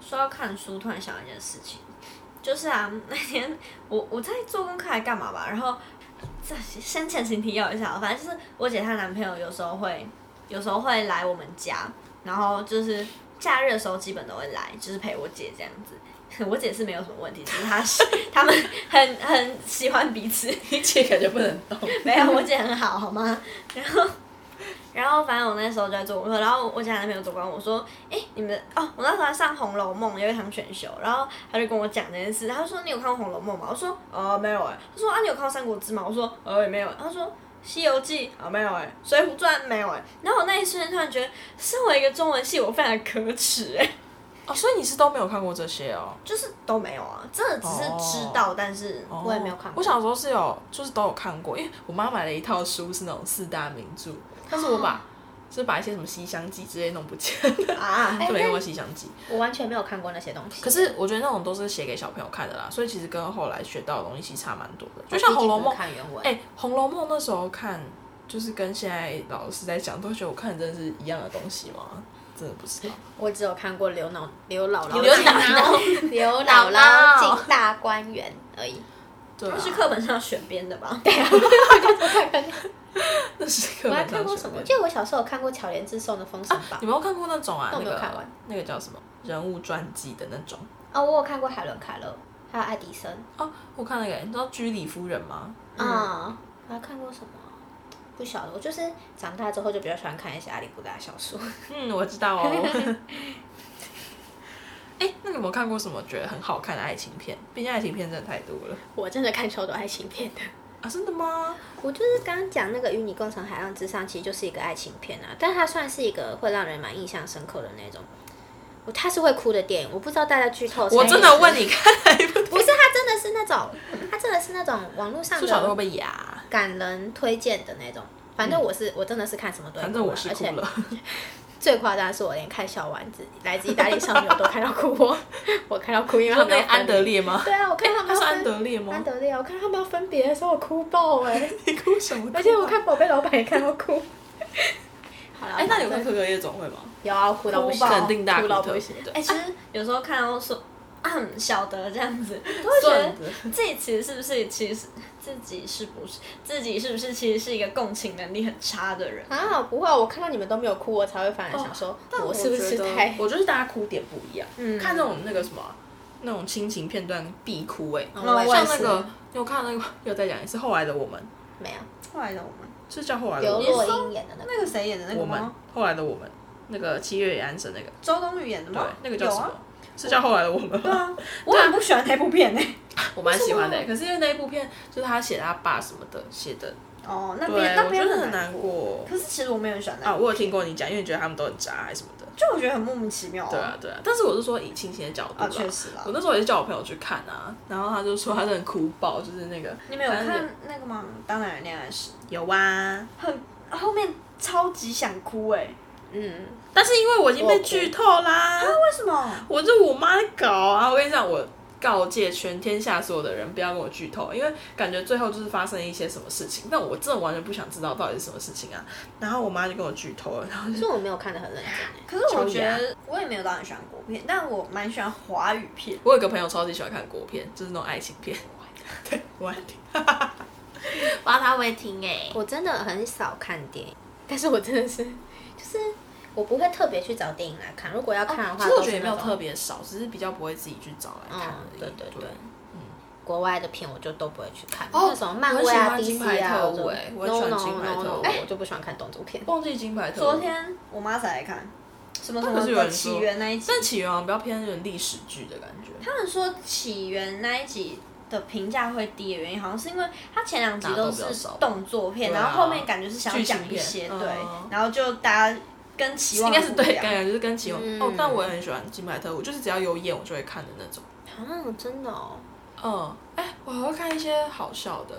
S3: 说到看书，突然想到一件事情，就是啊，那天我 [LAUGHS] 我在做功课还干嘛吧，然后这先前情提要一下哦，反正就是我姐她男朋友有时候会，有时候会来我们家，然后就是假日的时候基本都会来，就是陪我姐这样子。 [LAUGHS] 我姐是没有什么问题，只是她是 [LAUGHS] 他们很很喜欢彼此，
S2: 一切感觉不能动。
S3: [LAUGHS] 没有，我姐很好，好吗？ [LAUGHS] 然后，然后反正我那时候就在做功课，然后我姐男朋友走过来问我说：“哎、你们哦，我那时候还上《红楼梦》有一堂选修，然后他就跟我讲这件事，他说你有看过《红楼梦》吗？我说呃没有哎、他说啊你有看过《三国志》吗？我说呃也没有、欸，他说。”《西游记》啊、没有哎、水浒传》没有哎、然后我那一瞬间突然觉得，身为一个中文系，我非常的可耻哎、
S2: 哦，所以你是都没有看过这些哦？
S3: 就是都没有啊，真的只是知道，但是
S2: 哦
S1: 我也没有看过
S2: [LAUGHS] 我小时候是有，就是都有看过，因为我妈买了一套书是那种四大名著，但是我把、就是把一些什么《西厢记》之类弄不见 [LAUGHS] 了，
S3: 啊，
S1: 哎
S2: 就没
S1: 那
S2: 看过《西厢记》。
S1: 我完全没有看过那些东西。
S2: 可是我觉得那种都是写给小朋友看的啦，所以其实跟后来学到的东西其实差蛮多的。就像《红楼
S1: 我
S2: 梦
S1: 自己不是》，看原文，
S2: 哎、红楼梦》那时候看，就是跟现在老师在讲，都觉得我看的真的是一样的东西吗？真的不知道。
S1: 我只有看过刘姥刘姥姥
S2: 刘
S1: 进
S2: 姥
S1: 大
S2: [LAUGHS]
S3: 姥
S1: 刘姥
S3: 姥
S1: 姥进大观园而已。
S2: 对、啊，
S3: 是课本上选编的吧？
S2: 那是课
S1: 我还
S2: 本上
S1: 看过
S2: 学
S1: 什么？
S2: 的
S1: 我记得我小时候有看过巧莲志颂的《封神榜
S2: 你》没有看过那种啊？
S1: 那我
S2: 那
S1: 没有
S2: 个
S1: 看完
S2: 那个叫什么人物传记的那种？
S1: 哦，我有看过海伦凯勒，还有爱迪生。
S2: 哦，我看那个，你知道居里夫人吗？
S1: 啊、我还看过什么？不晓得，我就是长大之后就比较喜欢看一些阿里不达小说。 [LAUGHS]
S2: 嗯，我知道哦。哎、那你有没有看过什么觉得很好看的爱情片？毕竟爱情片真的太多了
S1: 我真的看超多爱情片的。
S2: 啊！真的吗？
S1: 我就是刚刚讲那个《与你共存海浪之上》，其实就是一个爱情片啊，但它算是一个会让人蛮印象深刻的那种。我它是会哭的电影，我不知道大家剧透。
S2: 我真的问，你看，
S1: 不是它真的是那种，它真的是那种网络上
S2: 苏小豆会
S1: 的
S2: 被压，
S1: 感人推荐的那种。反正我是、我真的是看什么都会哭啊，
S2: 反正我是
S1: 而
S2: 哭
S1: 且
S2: 了。
S1: 最夸张的是我连看小丸子来自意大利少女我都看到哭哦，我 [LAUGHS] 看到哭，因为
S2: 然
S1: 他
S2: 后
S1: 们
S2: 那
S1: 要
S2: 个安
S1: 分
S2: 德
S1: 离。
S2: 烈哦吗？
S1: 对啊，
S2: [LAUGHS]
S1: 我看他们
S2: 他
S1: 要
S2: 是
S1: 分
S2: 安德烈吗 [LAUGHS]
S1: 安？德烈，我看他们要分别的时候我哭爆哎、
S2: 你哭什么？
S1: 而且我看《宝贝老板》也看到哭。好了，
S2: 哎、那你有
S1: 反
S2: 看《
S1: 正
S2: 可可夜总会》吗？
S1: 有啊，我哭到不行，
S3: 哭爆
S2: 肯定大
S1: 哭
S2: 哭
S1: 到
S2: 特
S1: 不
S2: 哭
S1: 行。
S2: 对， [LAUGHS]
S3: 哎、其实有时候看到说， [CLEARS THROAT] 嗯，小德这样子，都会觉
S2: 算
S3: 得
S2: 的。
S3: 自己其实是不是其实自己是不是自己是不是其实是一个共情能力很差的人？
S1: 啊，不会啊，我看到你们都没有哭，我才会反而想说，我是不是太……
S2: 哦我就是大家哭点不一样。
S1: 嗯
S2: 看那种那个什么啊，那种亲情片段必哭哎、
S1: 嗯
S3: 我也
S2: 像
S3: 是
S2: 那个，你有看那个？ [LAUGHS] 又再讲一次，后来的我们
S1: 没有
S3: 后来的我们，
S2: 是叫后来的
S1: 刘
S2: 我们，
S1: 若英演的那个，
S3: 那个谁演的那
S2: 我们？后来的我们，那个七月与安生那个，
S3: 周冬雨演的
S2: 对，那个叫什么？？是叫后来的我们
S3: 哦啊对
S2: 吗？
S3: 啊，我很不喜欢那部片欸诶、
S2: [LAUGHS] 我蛮喜欢的、欸
S3: 为什
S2: 可是因为那一部片就是他写他爸什么的写的，
S3: 哦，那
S2: 对，
S3: 边那
S2: 我觉
S3: 边
S2: 得很
S3: 很难
S2: 难。过
S3: 可是其实我没有很喜欢那
S2: 啊。
S3: 部，
S2: 我有听过你讲，因为你觉得他们都很渣还是什么的。
S3: 就我觉得很莫名其妙、哦。
S2: 对啊，对啊，但是我是说以亲情的角度
S3: 啊，
S2: 啦
S3: 确实啦
S2: 我。那时候也是叫我朋友去看啊，然后他就说他真的哭爆，就是那个
S3: 你们有
S2: 反正
S3: 看那个吗？《当然的恋爱时》
S2: 有啊，
S3: 很后面超级想哭哎、
S1: 嗯，
S2: 但是因为我已经
S1: 我
S2: 被
S1: 哭
S2: 剧透啦，
S3: 为什么？
S2: 我就我妈在搞啊！我跟你讲，我告诫全天下所有的人不要跟我剧透，因为感觉最后就是发生一些什么事情，但我真的完全不想知道到底是什么事情啊。然后我妈就跟我剧透了，然后
S1: 嗯所以我没有看得很认真欸
S3: 可是我觉
S2: 超
S3: 得我也没有到很喜欢国片，但我蛮喜欢华语片。
S2: 我有个朋友超级喜欢看国片，就是那种爱情片， [LAUGHS] 对，我爱 [LAUGHS] 听，
S3: 哇，他会听哎、
S1: 我真的很少看电影，但是我真的是， [LAUGHS] 就是我不会特别去找电影来看。如果要看的
S2: 哦
S1: 话，
S2: 其实我
S1: 都
S2: 觉
S1: 是
S2: 得也没有
S1: 那种
S2: 特别少，只是比较不会自己去找来看
S1: 嗯
S2: 而已。
S1: 对对对
S2: 对。
S1: 国外的片我就都不会去看，
S2: 哦
S1: 那种漫威啊、
S2: 我很喜
S1: DC
S2: 欢金牌
S1: 啊，
S2: 特
S1: 我
S2: 务
S1: 就
S2: 欸我很
S1: no
S2: 喜
S1: no
S2: 欢金牌
S1: no
S2: 特哎哦
S1: no，
S2: 务
S1: 我就不喜欢看动作片。
S2: 忘记金牌特务
S3: 昨天我妈才来看，
S1: 什么什
S2: 但
S1: 么
S2: 可是有
S1: 的
S2: 人
S1: 起
S2: 说
S1: 源那一集。
S2: 但起源好像比较偏人历史剧的感觉，
S1: 他
S2: 它
S1: 们说起源那一集的评价会低的原因，好像是因为它前两集
S2: 打
S1: 都是
S2: 得比较少
S1: 动作片，
S2: 对啊
S1: 然后后面感觉是想要讲一
S2: 剧情
S1: 些
S2: 片
S1: 对
S2: 嗯，
S1: 然后就大家跟期望
S2: 应该是
S1: 不一
S2: 对，
S1: 样
S2: 感觉就是跟起源、
S1: 嗯
S2: 哦，但我也很喜欢金牌特务，就是只要有演我就会看的那种。
S1: 啊，真的哦，
S2: 嗯，哎、我还会看一些好笑的。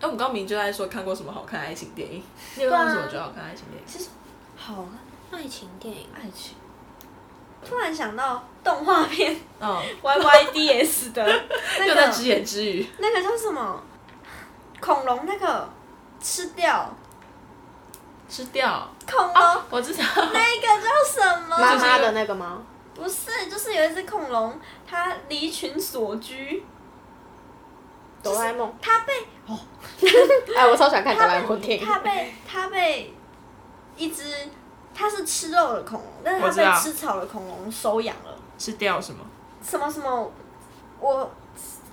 S2: 哎、我们刚明就在说看过什么好看的爱情电影，你有看过什么觉得好看的爱情电影？
S1: 好爱情电影，
S2: 爱情，
S3: 突然想到动画
S1: [LAUGHS]
S3: 片
S2: 嗯，
S3: Y Y D S
S2: [LAUGHS]
S3: 的那
S2: 就在只
S3: 个
S2: 言之语。
S3: 那个叫什么恐龙那个吃掉
S2: 吃掉
S3: 恐龙、
S2: 啊！我知道，
S3: 那个叫什么？
S1: 妈妈的那个吗？
S3: 不是，就是有一只恐龙，它离群索居，
S1: 哆啦 A 梦，
S3: 它被
S1: 哎，我超喜欢看哆啦 A
S3: 它
S1: 梦电
S3: 被
S1: 影。
S3: 它被它被一只它是吃肉的恐龙，但
S2: 我
S3: 是
S2: 知
S3: 它
S2: 道
S3: 被吃草的恐龙收养了。
S2: 吃掉什么？
S3: 什么什么，我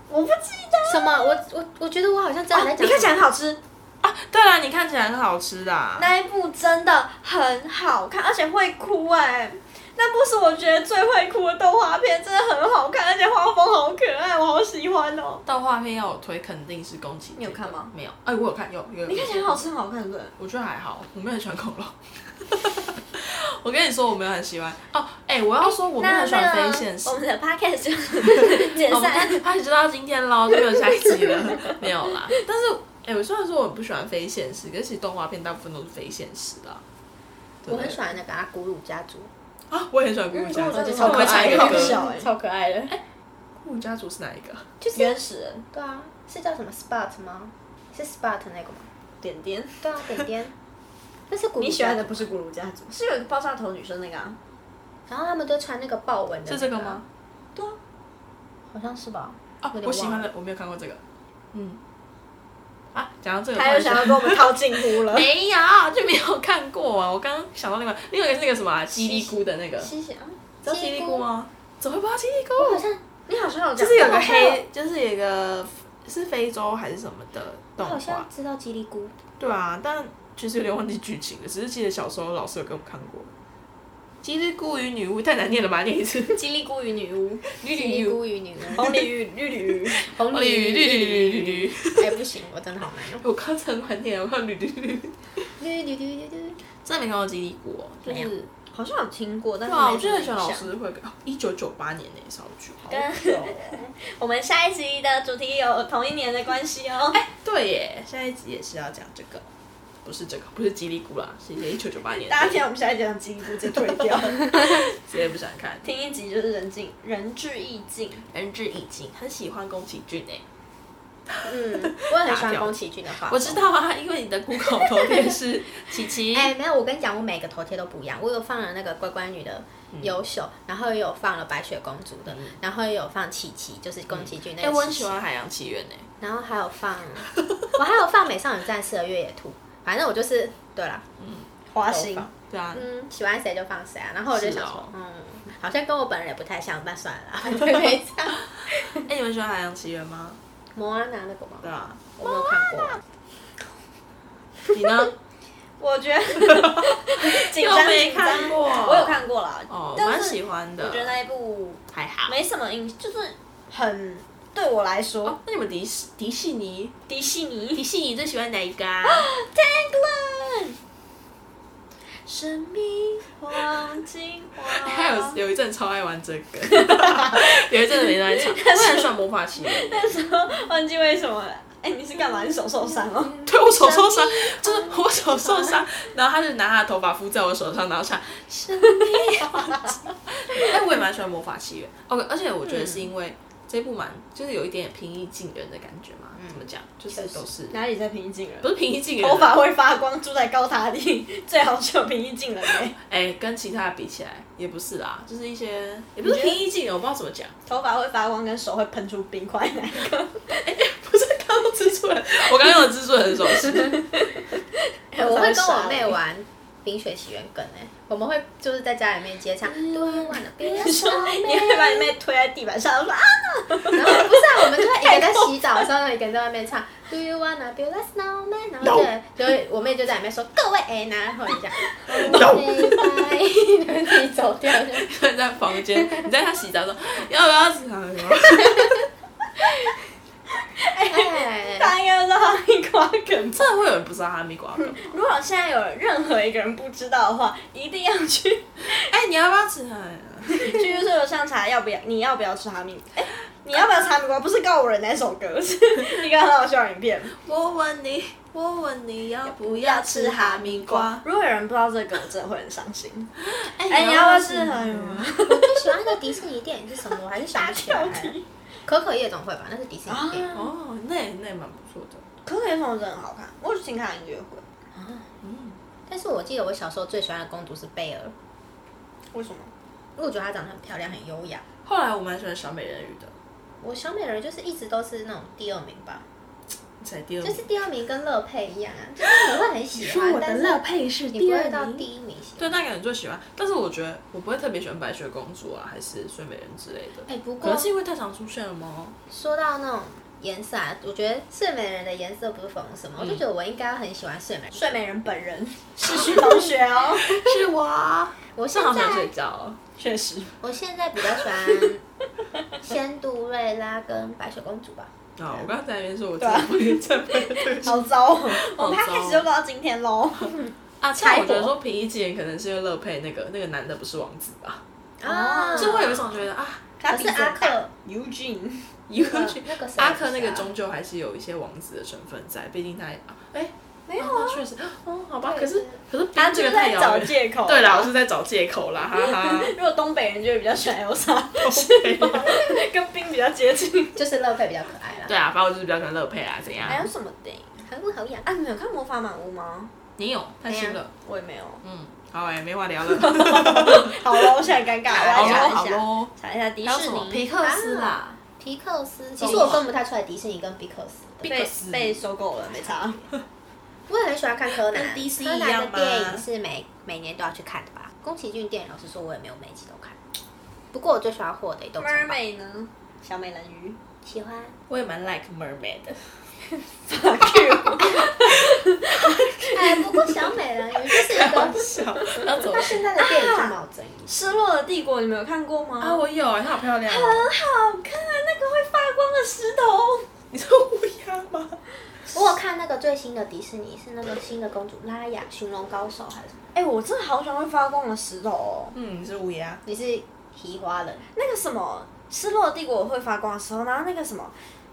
S3: 我不记得。
S1: 什么？我我我觉得我好像知道在
S3: 你
S1: 讲
S3: 看起
S1: 什
S3: 来
S1: 么。
S3: 很好吃，
S2: 啊，对啦，你看起来很好吃的、啊。
S3: 那一部真的很好看，而且会哭哎、那部是我觉得最会哭的动画片，真的很好看，而且画风好可爱，我好喜欢哦。
S2: 动画片要我推，肯定是宫崎。
S3: 你有看吗？
S2: 没有。哎、我有看，有有。
S3: 你看起来很好吃，很好看，对不对？
S2: 我觉得还好，我没有很喜欢恐龙。 [LAUGHS] 我跟你说，我没有很喜欢哦。哎、我要说，我没有
S3: 那
S2: 很喜欢
S3: 那
S2: 非
S3: 个
S2: 现实
S3: 我。们的 podcast [LAUGHS] 就解
S2: 哦我们
S3: 散。
S2: [LAUGHS] 看，他就到今天喽，就没有下一集了， [LAUGHS] 没有啦。但是，哎、我虽然说我不喜欢非现实，可是其实动画片大部分都是非现实的啊。对
S1: 我很喜欢那个阿古鲁家族，
S2: 啊，我也很喜欢《咕噜家族
S1: 我觉得》，
S3: 超可
S2: 我会唱
S3: 爱
S2: 一个
S3: 好
S2: 歌
S3: 笑
S2: 《
S3: 哎
S1: 超可爱的。
S2: 咕噜家族》是哪一个？
S1: 就是
S3: 原始人
S1: 对啊，是叫什么 Spot 吗？是 Spot 那个吗？
S3: 点点，
S1: 对啊，点点。那是古鲁
S3: 你喜欢
S1: 家
S3: 的
S1: 族
S3: 不是咕噜家族，是有一个爆炸头女生那个啊？
S1: 然后他们都穿那个豹纹的、
S2: 是这个吗？？
S3: 对啊，
S1: 好像是吧。
S2: 啊
S1: 有，点
S2: 我喜
S1: 忘
S2: 欢
S1: 了
S2: 的，我没有看过这个。嗯。啊，讲到这个，。
S3: 还有想要跟我们套近乎了
S2: 没有，就没有看过啊！我刚刚想到另外另外一个是那个什么啊叽里咕的那个，知
S3: 谢谢啊，
S2: 道叽里咕吗？怎么会不知道叽里
S1: 我好
S2: 咕？
S1: 像
S3: [LAUGHS] 你好像有讲
S2: 就是有
S3: 过
S2: 个黑，就是有一个是非洲还是什么的
S1: 我
S2: 动
S1: 好像
S2: 画，
S1: 知道叽里咕，
S2: 对啊，但其实有点忘记剧情了，只是记得小时候老师有给我们看过。叽里咕与女巫太难念了吧？念一次。
S3: 叽里咕与女巫，
S2: 绿
S1: 叽里咕与女巫，
S3: 红鲤鱼、绿鲤鱼，
S1: 红
S2: 绿绿
S1: 鲤鱼
S2: 绿绿绿绿绿。
S1: 哎、不行，我真的好难用。
S2: 我刚才很念，我看绿绿绿。
S1: 绿绿绿绿绿，
S2: 真的没看过叽里咕哦，就
S1: 没有
S2: 是
S3: 好像有听过，但
S2: 对
S3: 是
S2: 啊，我
S3: 没什么
S2: 觉得很喜欢老
S3: 印象
S2: 师会给。一九九八年那稍剧，好
S3: 跟
S2: 久哦。
S3: 我们下一集的主题有同一年的关系哦。
S2: 对耶，下一集也是要讲这个，不是这个，不是叽里咕啦，是一九九八年的。
S3: 大家听我们下一集讲吉利咕直接退 [LAUGHS] 掉，
S2: 谁也不想看，
S3: 听一集就是人尽人至意尽。
S2: 仁至义尽，很喜欢宫崎骏诶。 [LAUGHS]
S1: 嗯，我也很喜欢宫崎骏的画。
S2: 我知。道啊，因为你的 Google 头贴是琪琪。
S1: [LAUGHS] 哎、没有，我跟你讲，我每个头贴都不一样。我有放了那个乖乖女的
S2: 嗯
S1: 优秀，然后也有放了白雪公主的，然后也有放琪琪，就是宫崎骏那
S2: 哎、
S1: 个、
S2: 我很喜欢《海洋奇缘》诶。
S1: 然后还
S2: [LAUGHS]
S1: 有放，我还有放《美少女战士》的越野兔。反正我就是对啦，
S2: 嗯
S3: 花心，
S2: 对啊，
S1: 嗯，喜欢谁就放谁啊。然后我就是想说，
S2: 哦
S1: 嗯，好像跟我本人也不太像，那
S2: [LAUGHS]
S1: 算了啦，就可以这样。
S2: 哎、你们喜欢《海洋奇缘》吗？
S1: 摩安娜那个吗？
S2: 对啊，
S1: 我没有看过。
S2: 你呢？
S3: 我觉得紧
S2: 又
S3: 张
S2: 没
S3: 紧张
S2: 看过
S3: 我有看过啦，
S2: 哦，我
S3: 但
S2: 蛮
S3: 是
S2: 喜欢的。
S3: 我觉得那一部
S2: 还好。
S3: 没什么印，就是很对我来
S2: 哦
S3: 说，，
S2: 那你们迪士迪士尼，
S3: 迪士
S2: 迪
S3: 尼
S2: 士尼最喜欢哪一个啊？
S3: Tagline，神秘黄金花，
S2: 他
S3: [LAUGHS]
S2: 有有一阵超爱玩这个，有一阵子没在唱。我也很喜欢魔法奇缘，
S3: 那时候忘记为什么了。哎、你是干嘛？你手受伤了、哦？
S2: 对我手受伤，就是我手受伤，然后他就拿他的头发敷在我手上，然后唱《生命花季》。哎，我也蛮喜欢魔法奇缘，OK，而且我觉得是因为这部蛮就是有一点点平易近人的感觉嘛，怎么讲，就是都是
S3: [LAUGHS] 哪里在平易近人
S2: 不？是平易近人，啊
S3: 头发会发光，住在高塔里， [LAUGHS] 最好是有平易近人哎、
S2: 哎跟其他的比起来也不是啦，就是一些也不是平易近人，我不知道怎么讲。
S3: 头发会发光跟手会喷出冰块那一 [LAUGHS] 个，
S2: 不是刚刚蜘蛛人，我刚刚用的蜘蛛人手势。
S1: 欸我会跟我妹玩《冰雪奇缘》梗哎、我们会嗯就是在家里面接唱 Do you wanna be
S3: [LAUGHS]
S1: a
S3: 你会
S1: snowman？
S3: 把你妹推在地板上说啊，
S1: [LAUGHS] 然后不是啊，我们就会一个在洗澡的时候，一个人在外面唱 Do you wanna build a snowman？然后就就我妹就在里面说各位 A 男，然后你讲拜拜，然后自己走掉就。
S2: [LAUGHS] 在房间，你在他洗澡的时候，要不要洗澡？
S1: 哎，
S3: 大家应该都知道哈密瓜梗吧？
S2: 真的会有人不知道哈密瓜梗吗？
S3: 如果现在有任何一个人不知道的话，一定要去 [LAUGHS]
S2: 哎，你要不要吃啊？
S3: 去 YouTube 上查要不要，你要不要吃哈密？哎、你要不要吃哈密瓜？不是告我人那首歌，是一个很好笑的影 [LAUGHS] 片。
S2: 我问你，我问你要不
S3: 要吃哈
S2: 密
S3: 如果有人不知道这个，我真的会很伤心。
S2: 哎
S3: 哎、 [LAUGHS] 你要不要吃哈密瓜？
S1: 我最喜欢的迪士尼电影是什么？我还是想不起来
S3: 大哎跳哦题。
S1: 可可夜总会吧，那是迪士尼电影。
S3: 啊
S2: 哦，那也那也蛮不错的。
S3: 可可夜总会真的很好看，我只听看音乐会。
S1: 哦
S2: 嗯
S1: 但是我记得我小时候最喜欢的公主是贝尔，
S3: 为什么？
S1: 因为我觉得她长得很漂亮，很优雅。
S2: 后来我蛮喜欢小美人鱼的，
S1: 我小美人就是一直都是那种第二名吧，
S2: 才第二
S1: 就
S2: 名。
S1: 是第二名跟乐佩一样啊，就是你会很喜欢，但是
S3: 佩是
S1: 你不会到第一名喜欢。
S2: 对，啊那个你最喜欢，但是我觉得我不会特别喜欢白雪公主啊，还是睡美人之类的。
S1: 哎、不
S2: 可
S1: 过
S2: 能是因为太常出现了吗？
S1: 说到那种颜色啊，我觉得睡美人的颜色不是粉红色吗？
S2: 嗯
S1: 我就觉得我应该很喜欢睡美人。
S3: 睡美人本人是徐同学哦，
S2: 是我 [LAUGHS] 啊，
S1: 我
S2: 是
S1: 现
S2: 好想
S1: 在
S2: 睡觉哦。
S3: [LAUGHS] 确实。
S1: 我现在比较喜欢
S2: [LAUGHS]
S1: 仙杜瑞拉跟白雪公主吧。
S2: 啊，我刚才在那边说我真的不正派的对
S3: [LAUGHS]
S2: 象
S3: 好糟、哦，
S2: 糟
S3: 我们 podcast 就录到今天喽。
S2: 啊。但我觉得说平易近人，可能是因为乐佩那个那个男的不是王子吧，
S3: 哦
S2: 就会有一种觉得啊，
S3: 可
S1: 是阿
S3: [LAUGHS]
S2: [LAUGHS]
S1: 克
S3: Eugene，
S2: 一个
S1: 呃
S2: 去
S1: 那个谁
S2: 阿克那个
S1: 是啊
S2: 终究还是有一些王子的成分在，毕竟他也啊哎、
S3: 没有
S2: 那确实哦，好吧，可是可是
S3: 他
S2: 冰
S3: 就
S2: 这个
S3: 是
S2: 太
S3: 在
S2: 遥
S3: 找
S2: 远。
S3: 借口。
S2: 对啦，我是在找借口啦，哈 [LAUGHS] 哈。
S3: [LAUGHS] 如果东北人就会比较喜欢
S2: [LAUGHS]
S3: Elsa，跟冰比较接近。
S1: 就是乐佩比较可爱啦。
S2: 对啊，反正我就是比较喜欢乐佩啊，怎样？
S3: 还有什么电影？
S1: 韩国好痒
S3: 啊，你们有看《魔法满屋》吗？
S2: 你有太新了，
S3: 我也没有。
S2: 嗯，好哎、没话聊 [LAUGHS] 了。
S3: 好了，我现在尴尬，
S2: 好
S3: 我
S1: 来
S3: 要
S2: 喽
S3: 查
S2: 好
S3: 一下，
S2: 喽，
S3: 查一下迪
S2: 还有
S3: 士
S2: 什么
S3: 尼。
S2: 皮克斯啦
S1: 啊？皮克斯，其
S2: 懂
S1: 实
S2: 吗
S1: 我分不太出来迪士尼跟皮克斯。
S2: 皮克
S3: 被
S2: 斯
S3: 被收购了，没查。
S1: 我也很喜欢看柯南，
S2: 跟 DC
S1: 柯
S2: 一样
S1: 南
S2: 吗
S1: 的电影是每每年都要去看的吧？宫崎骏电影，老实说，我也没有每一集都看。不过我最喜欢霍的移动城堡，
S3: Mermaid 呢？小美人 [LAUGHS] 鱼。
S1: 喜欢。
S2: 我也蛮 like mermaid 的。
S1: 哎，不过小美人鱼就是一
S2: 好 [LAUGHS]
S1: 个，
S2: 笑，要走
S1: 她现在的电影是毛争
S3: [LAUGHS]
S1: 议。
S3: 失落的帝国，你们有看过吗？
S2: 啊！我有，她好漂亮、
S3: 很
S2: 哦。
S3: 好看，那个会发光的石头。
S2: 你说乌鸦吗？
S1: 我有看那个最新的迪士尼，是那个新的公主拉雅寻龙高手还是什么？
S3: 哎、我真的好喜欢会发光的石头哦。
S2: 嗯，你是乌鸦。
S1: 你是提花人？
S3: 那个什么《失落的帝国》会发光的时候，然后那个什么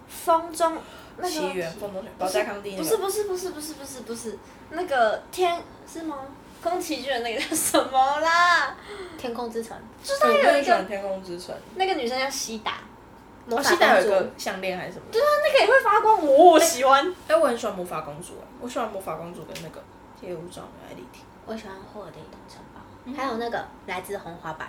S3: 风中那个
S2: 奇缘、风中雪、宝加康帝、那
S3: 不
S2: 个
S3: 是不是不是不是不是不是那个天是吗？宫崎骏的那个叫什么啦？ [LAUGHS]
S1: 天空之城，
S3: 就是他
S2: 对
S3: 有一
S2: 喜欢
S3: 个
S2: 天空之城，
S3: 那个女生叫西达，
S1: 魔
S2: 哦西达有一
S1: 公主
S2: 个项链还是什么？
S3: 对啊，那个也会发光，我我喜欢。
S2: 哎、我很喜欢魔法公主啊，我喜欢魔法公主跟那个街舞少女艾丽
S3: 哦
S2: 缇。
S1: 我喜欢霍尔的移动城堡，
S2: 嗯
S1: 还有那个来自红花坂，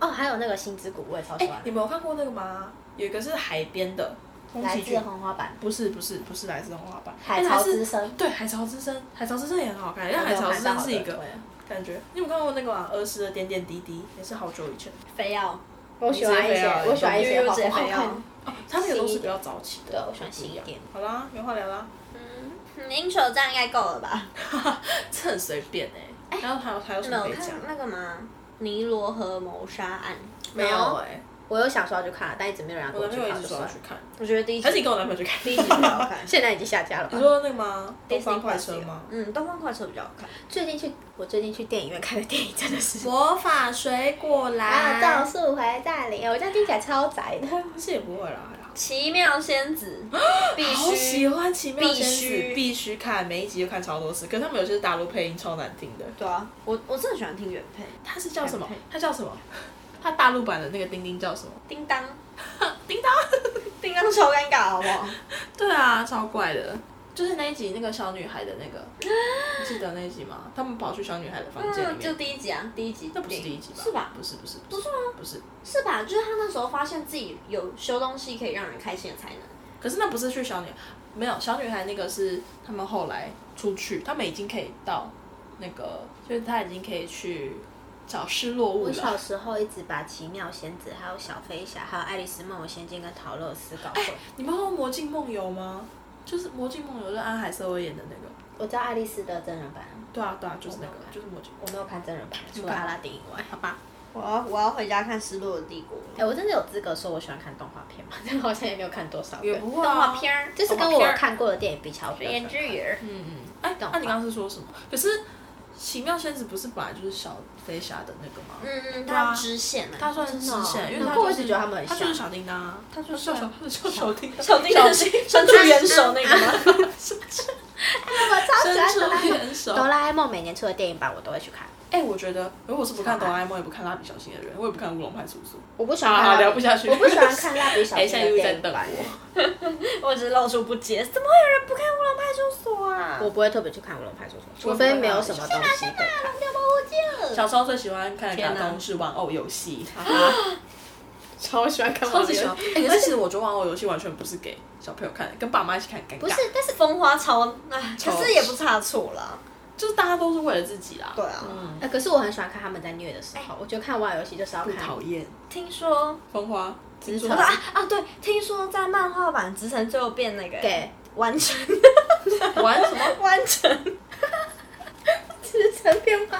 S1: 哦，还有那个星之谷，我也超
S2: 哎、
S1: 喜欢。
S2: 你们有看过那个吗？有一个是海边的，宫
S1: 来
S2: 崎
S1: 自
S2: 骏。
S1: 红花坂，
S2: 不是不是不是来自红花坂，
S1: 海
S2: 哎
S1: 潮
S2: 来自
S1: 之声
S2: 对，海潮之声，海潮之声也很好看，因为海潮之声是一个感觉。你有没有看过那个吗？儿时的点点滴滴，也是好久以前。
S3: 非要
S1: 我喜欢一些，我喜欢一些
S3: 悠悠
S1: 好
S3: 姐非
S1: 好
S3: 要
S1: 看。。
S2: 哦，他那个都是比较早期的。
S1: 对，我喜欢新一点。
S2: 好啦，没话聊啦，
S3: 嗯，intro 这样应该够了吧？
S2: 这很随便哎、然后还有还有
S3: 你
S2: 什
S3: 们
S2: 么
S3: 有
S2: 可以
S3: 看
S2: 讲？
S3: 那个吗？尼罗河谋杀案，
S1: 没有
S2: 哎、
S1: 我有想说要去看，但一直没有人要跟
S2: 我
S1: 我
S2: 男朋友
S1: 去看，
S2: 一
S1: 就
S2: 直说
S1: 算
S2: 要
S1: 了。
S2: 去。看，
S3: 我觉得第一
S2: 还是你
S3: 集
S2: 跟我男朋友去看？
S3: 第一集比较好看
S1: [LAUGHS] 现在已经下架了吧
S2: [LAUGHS] 你？说那个吗？东
S3: Disney
S2: 方快
S3: Plus
S2: 车
S3: 有
S2: 吗？
S3: 嗯，东方快车比较好看。
S1: 最近去，我最近去电影院看的电影真的是。
S2: 魔法水果
S1: 啊，赵树怀大林，我这样听起来超宅的。
S2: 是也不会啦，还好。
S3: 奇妙仙子必
S2: 好喜
S3: 须，
S2: 欢奇妙仙
S3: 必
S2: 子，
S3: 须
S2: 必须看，每一集就看超多次。可是他们有些大陆配音超难听的。
S3: 对啊，我我真的喜欢听原配。
S2: 他是叫什么
S3: 原配？
S2: 他叫什么？他大陆版的那个丁丁叫什么？
S3: 叮当，
S2: 叮当。
S3: 叮当超尴尬，好不好？
S2: 对啊，超怪的。就是那一集那个小女孩的那个，你记得那一集吗？他们跑去小女孩的房间里
S3: 嗯，就
S2: 面。
S3: 第一集啊，第一集。
S2: 那不是第一集吧？
S3: 是吧？
S2: 不是不是不
S3: 不
S2: 是
S3: 是吗？
S2: 不是。
S3: 是吧？就是他那时候发现自己有修东西可以让人开心的才能。
S2: 可是那不是去小女，没有小女孩那个是他们后来出去，他们已经可以到那个，就是他已经可以去找失落物
S1: 我
S2: 了
S1: 小。时候一直把《奇妙仙子》、还有《小飞侠》、还有《爱丽丝梦游仙境》跟《陶乐斯》搞混。
S2: 你们看过《魔镜梦游》吗？就是《魔镜梦游》，就是安海瑟薇演的那个。
S1: 我知道爱丽丝的真人版，
S2: 对啊，对啊，就是那个
S1: 我没有，看
S2: 就是《魔镜
S1: 我没有看真人版，除
S2: 看
S1: 了阿拉丁以外。
S2: 好吧，
S3: 我要我要回家看《失落的帝国》
S1: 哎、我真的有资格说我喜欢看动画片吗？ [LAUGHS] 但好像也没有看多少个
S2: 也不
S1: 动
S2: 会啊
S1: 画片儿，就是跟
S2: 动画
S1: 我
S2: 片儿
S1: 看过的电影比较。
S3: 是言之语儿。
S2: 嗯嗯。哎，那、
S1: 懂吧
S2: 你刚刚是说什么？可是《奇妙仙子》不是本来就是小飞侠的那个吗？
S3: 嗯，
S2: 对啊
S3: 它支线啊
S2: 他
S3: [LAUGHS]
S2: 算是支线，因为
S1: 难
S2: 他
S1: 怪
S2: 就
S1: 我一
S2: 是
S1: 直觉得他们很
S2: 他就是
S1: 像
S2: 小叮当啊，他
S3: 就是
S2: 小，他就小叮当， [LAUGHS]
S3: 小叮当是伸出援手那个吗？
S1: [LAUGHS] 我超喜
S2: 伸
S1: 欢哆啦
S2: 出
S1: A 梦。
S2: 援手。
S1: 哆啦 A 梦每年出的电影版我都会去看，
S2: 哎，我觉得如果是不看
S1: 小
S2: 哆
S1: 孩
S2: 啦 A 梦，也不看蜡笔小新的人，我也不看乌龙派出所。
S1: 我不喜
S2: 好
S1: 欢
S2: 了好
S1: 看
S2: 了，
S1: 蜡
S2: 聊
S1: 笔
S2: 不下去。
S1: 我不喜欢看蜡笔小
S2: 哎，
S1: 新
S2: 现
S1: 的
S2: 在又
S1: 电
S2: 在 [LAUGHS]
S1: 影
S2: 等
S1: 版，
S2: 我。
S3: [LAUGHS] 我只是露出不解，怎么会有人不看《乌龙派出所》啊？
S1: 我不会特别去看《乌龙派出所》，
S2: 我
S1: 除
S2: 也不会
S1: 非没有
S2: 啊
S1: 什么
S2: 天
S1: 东西可以看。
S3: 掉保护镜。
S2: 小时候最喜欢看的
S3: 天
S2: 卡
S3: 哪
S2: 通是玩偶游戏，哈啊哈，
S1: 超喜欢看
S2: 超级喜欢。哎，可是其实我觉得玩偶游戏完全不是给小朋友看的，跟爸妈一起看很尴
S1: 不是
S2: 尬。，
S1: 但是
S3: 风花超，哎，可
S2: 超
S3: 是也不差错啦。
S2: 就是大家都是为了自己啦。
S3: 对啊
S2: 嗯，
S1: 哎、可是我很喜欢看他们在虐的时候，我觉得看玩游戏就是要
S2: 不
S1: 看。
S2: 讨厌。
S3: 听说
S2: 风花，
S1: 职
S2: 听
S1: 场
S2: 说
S3: 啊啊，对，听说在漫画版直城最后变那个
S1: 给
S3: 完成
S2: [LAUGHS] 玩什么？
S3: 完成，
S1: 直成变坏。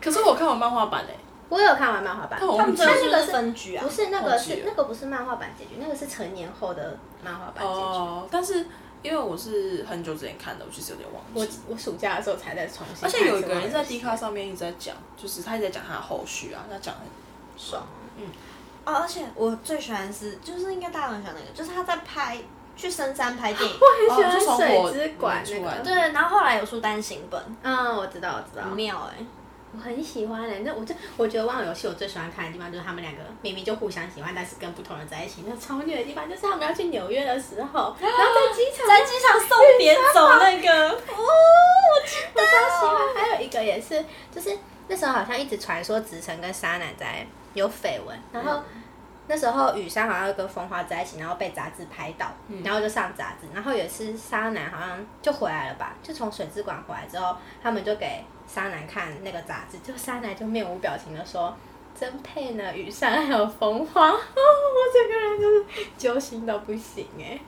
S2: 可是我看完漫画版欸嘞，
S1: 我有看完漫画版，
S2: 看我
S3: 他们最后
S1: 那个
S3: 是
S1: 是
S3: 分局啊
S1: 不，是那个
S2: 忘记
S1: 是
S2: 了
S1: 那个不是漫画版结局，那个是成年后的漫画版结局。
S2: 哦，但是因为我是很久之前看的，我其实有点
S1: 我
S2: 忘记。
S1: 我暑假的时候才在重新看
S2: 而
S1: 一次漫画游戏，
S2: 且有一个人在 D 卡上面一直在讲，就是他一直在讲他的后续啊，他讲很爽。
S3: 啊，而且我最喜欢的是，就是应该大家都很喜欢那个，就是他在拍去深山拍
S1: [LAUGHS]
S3: 电影，
S1: 我很喜
S2: 哦
S1: 欢
S2: 就从我
S1: 水之馆
S2: 里
S1: 那
S2: 面出来
S1: 个，
S2: 的
S3: 对，然后后来有出单行本，
S1: 嗯，我知道，我知道
S3: 很，妙哎、
S1: 我很喜欢欸的、那我就我觉得网友游戏我最喜欢看的地方就是他们两个明明就互相喜欢，但是跟不同人在一起，那超虐的地方就是他们要去纽约的时候，然后在机场
S3: 在机场送别走那
S1: [LAUGHS]
S3: 个，哦，我知
S1: 我超喜
S3: 道，
S1: 欢。还有一个也是，就是那时候好像一直传说直城跟沙男在有绯闻，然后那时候雨山好像跟风花在一起，然后被杂志拍到，然后就上杂志。然后有一次沙男好像就回来了吧，就从水之馆回来之后，他们就给沙男看那个杂志，就沙男就面无表情的说。真配呢，雨山还有风花， [LAUGHS] 哦，我整个人就是揪心到不行哎、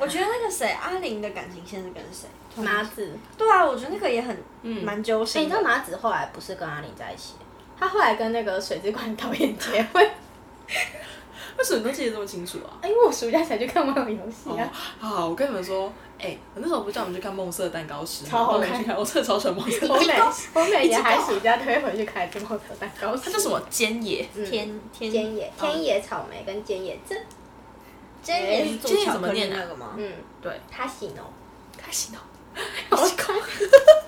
S3: 我觉得那个谁阿玲的感情线是跟谁？
S1: 麻子，
S3: 对啊，我觉得那个也很
S2: 嗯
S3: 蛮揪
S1: 哎、
S3: 心
S1: 你
S3: 的。
S1: 知道麻子后来不是跟阿玲在一起，她后来跟那个水之馆导演结婚，哎
S2: 为什么你都记得这么清楚啊？
S1: 因为我暑假才去看网友游戏
S2: 哦
S1: 啊。，
S2: 好，我跟你们说，哎、我那时候不是叫我们去看《梦色蛋糕师》吗？
S1: 超好看
S2: 我去看，我真的超喜欢《梦色
S3: 哦
S1: 我
S3: [LAUGHS]
S2: 蛋
S1: 每
S2: 糕师
S1: 我每年寒暑假都会回去开中国蛋糕。》，
S2: 它叫什么？尖 [LAUGHS] 野，
S3: 天天
S1: 尖野
S3: 嗯
S1: 天野草莓跟尖野这，
S3: 尖也是做
S2: 尖野
S3: 巧
S2: 怎么
S3: 克力
S2: 念啊
S3: 那个吗？
S1: 嗯，
S2: 对，
S1: 他喜哦，
S2: 开心哦。
S1: 好看。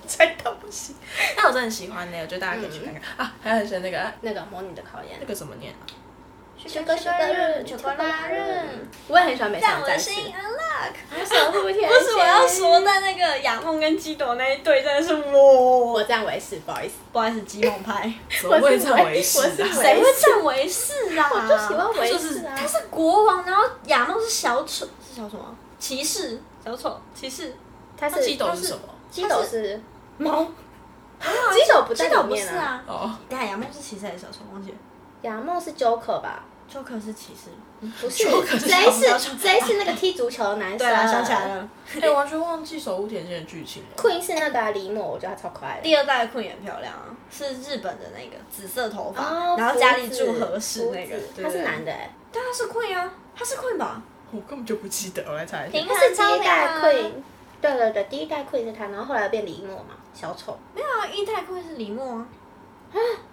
S2: 猜到不行，但我真的很喜欢呢、我觉得大家可以去看看、啊。还有很喜欢那个
S1: 那个模拟的考验
S2: 那，个怎么念啊？
S3: [LAUGHS]
S1: 雪糕雪糕日
S3: 巧克力日，
S1: 我也很喜欢美少
S3: 让
S1: 女
S3: 我的
S1: 战
S3: 心
S1: 士。
S3: unlock。
S1: 我守护天
S3: 不是我要说，，但那个雅梦跟基朵那一对真的是我，
S1: 我站为是，不好意思，
S3: 不好意思，基梦派，
S2: 怎么会唱为师
S1: 我是
S2: 啊？
S1: 我是
S3: 谁会站维士啊？
S1: 我就喜欢为
S2: 就是
S1: 是啊。
S3: 他是国王，然后雅梦是小丑，是小什么？骑士，小丑，骑士。
S1: 他
S2: 那
S1: 是
S2: 基斗是什么？？
S1: 基斗是猫，基斗不在
S3: 基朵哦
S1: 里
S3: 不
S1: 面
S3: 是。啊？
S2: 哦，
S3: 等一下雅梦是骑士还是小丑？忘记了。
S1: 亚梦是 Joker 吧？
S3: Joker 是骑士。
S1: 不是
S2: Joker 是
S1: 谁
S3: 小
S1: 是
S3: 丑
S1: 谁是那个踢足球的男生？
S3: 对啊，想起来。了。
S2: 哎、完全忘记守护甜心的剧情了。
S1: Queen 是那个啊李默，我觉得她超可爱的。
S3: 第二代的困也很漂亮啊，是日本的那个紫色头发，
S1: 哦
S3: 然后家里住
S1: 福子
S3: 和室那个
S1: 福。子
S3: 对
S1: 他是男的哎，
S3: 但他是困啊，他是困吧？
S2: 我根本就不记得，我来查 [LAUGHS] 一下。
S3: 平
S1: 他是第
S3: 超啊
S1: 一代 Queen。对对对，第一代 Queen 是他，然后后来变李默嘛，小丑。
S3: 没有啊，一代困是李默啊。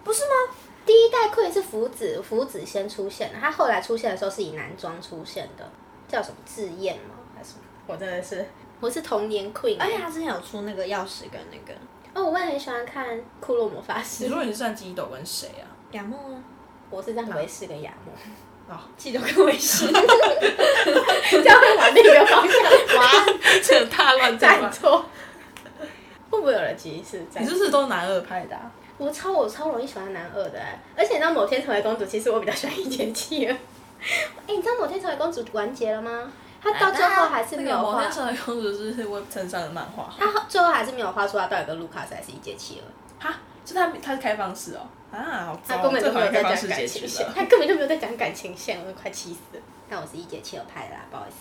S3: 不是吗？
S1: 第一代 Queen 是福子，福子先出现的，他后来出现的时候是以男装出现的，叫什么志彦吗？还是什么？我真的是，我是童年 Queen 哎。
S3: 而且他之前有出那个钥匙跟那个
S1: 哦，我也很喜欢看《库洛魔法师
S2: 你》说，你是算基斗跟谁啊？
S3: 雅梦啊，
S1: 我是站维士跟亚梦。
S2: 哦，
S3: 记得跟我一起。
S1: [LAUGHS] 这样会往另一个方向
S2: [LAUGHS]
S1: [LAUGHS] 滑，
S2: [LAUGHS] 这个大乱战吧。
S1: 错。 [LAUGHS] 会不会有人其实是
S2: [LAUGHS]
S1: 站
S2: 你是
S1: 错？
S2: 不是都男二派的、啊？
S1: 我超我超容易喜欢男二的、欸，而且你知道某天成为公主，其实我比较喜欢一节气儿。哎、你知道某天成为公主完结了吗？她到最后还是没有
S2: 那个
S1: 画
S2: 蒙，天上的公主是 Web 上的漫画。
S1: 她最后还是没有画出她到底跟卢卡斯还是一节气儿。
S2: 哈，就他他是开放式哦，啊，好
S4: 他
S2: 糟哦，
S4: 根本就没
S2: 这款
S4: 有在
S2: 开
S4: 讲
S2: 放式
S4: 感
S2: 结
S4: 情
S2: 局
S4: 线，
S2: 了。
S4: 他根本就没有在讲感情线，我都快气死了。
S1: 但我是一姐气有派的啦，不好意思。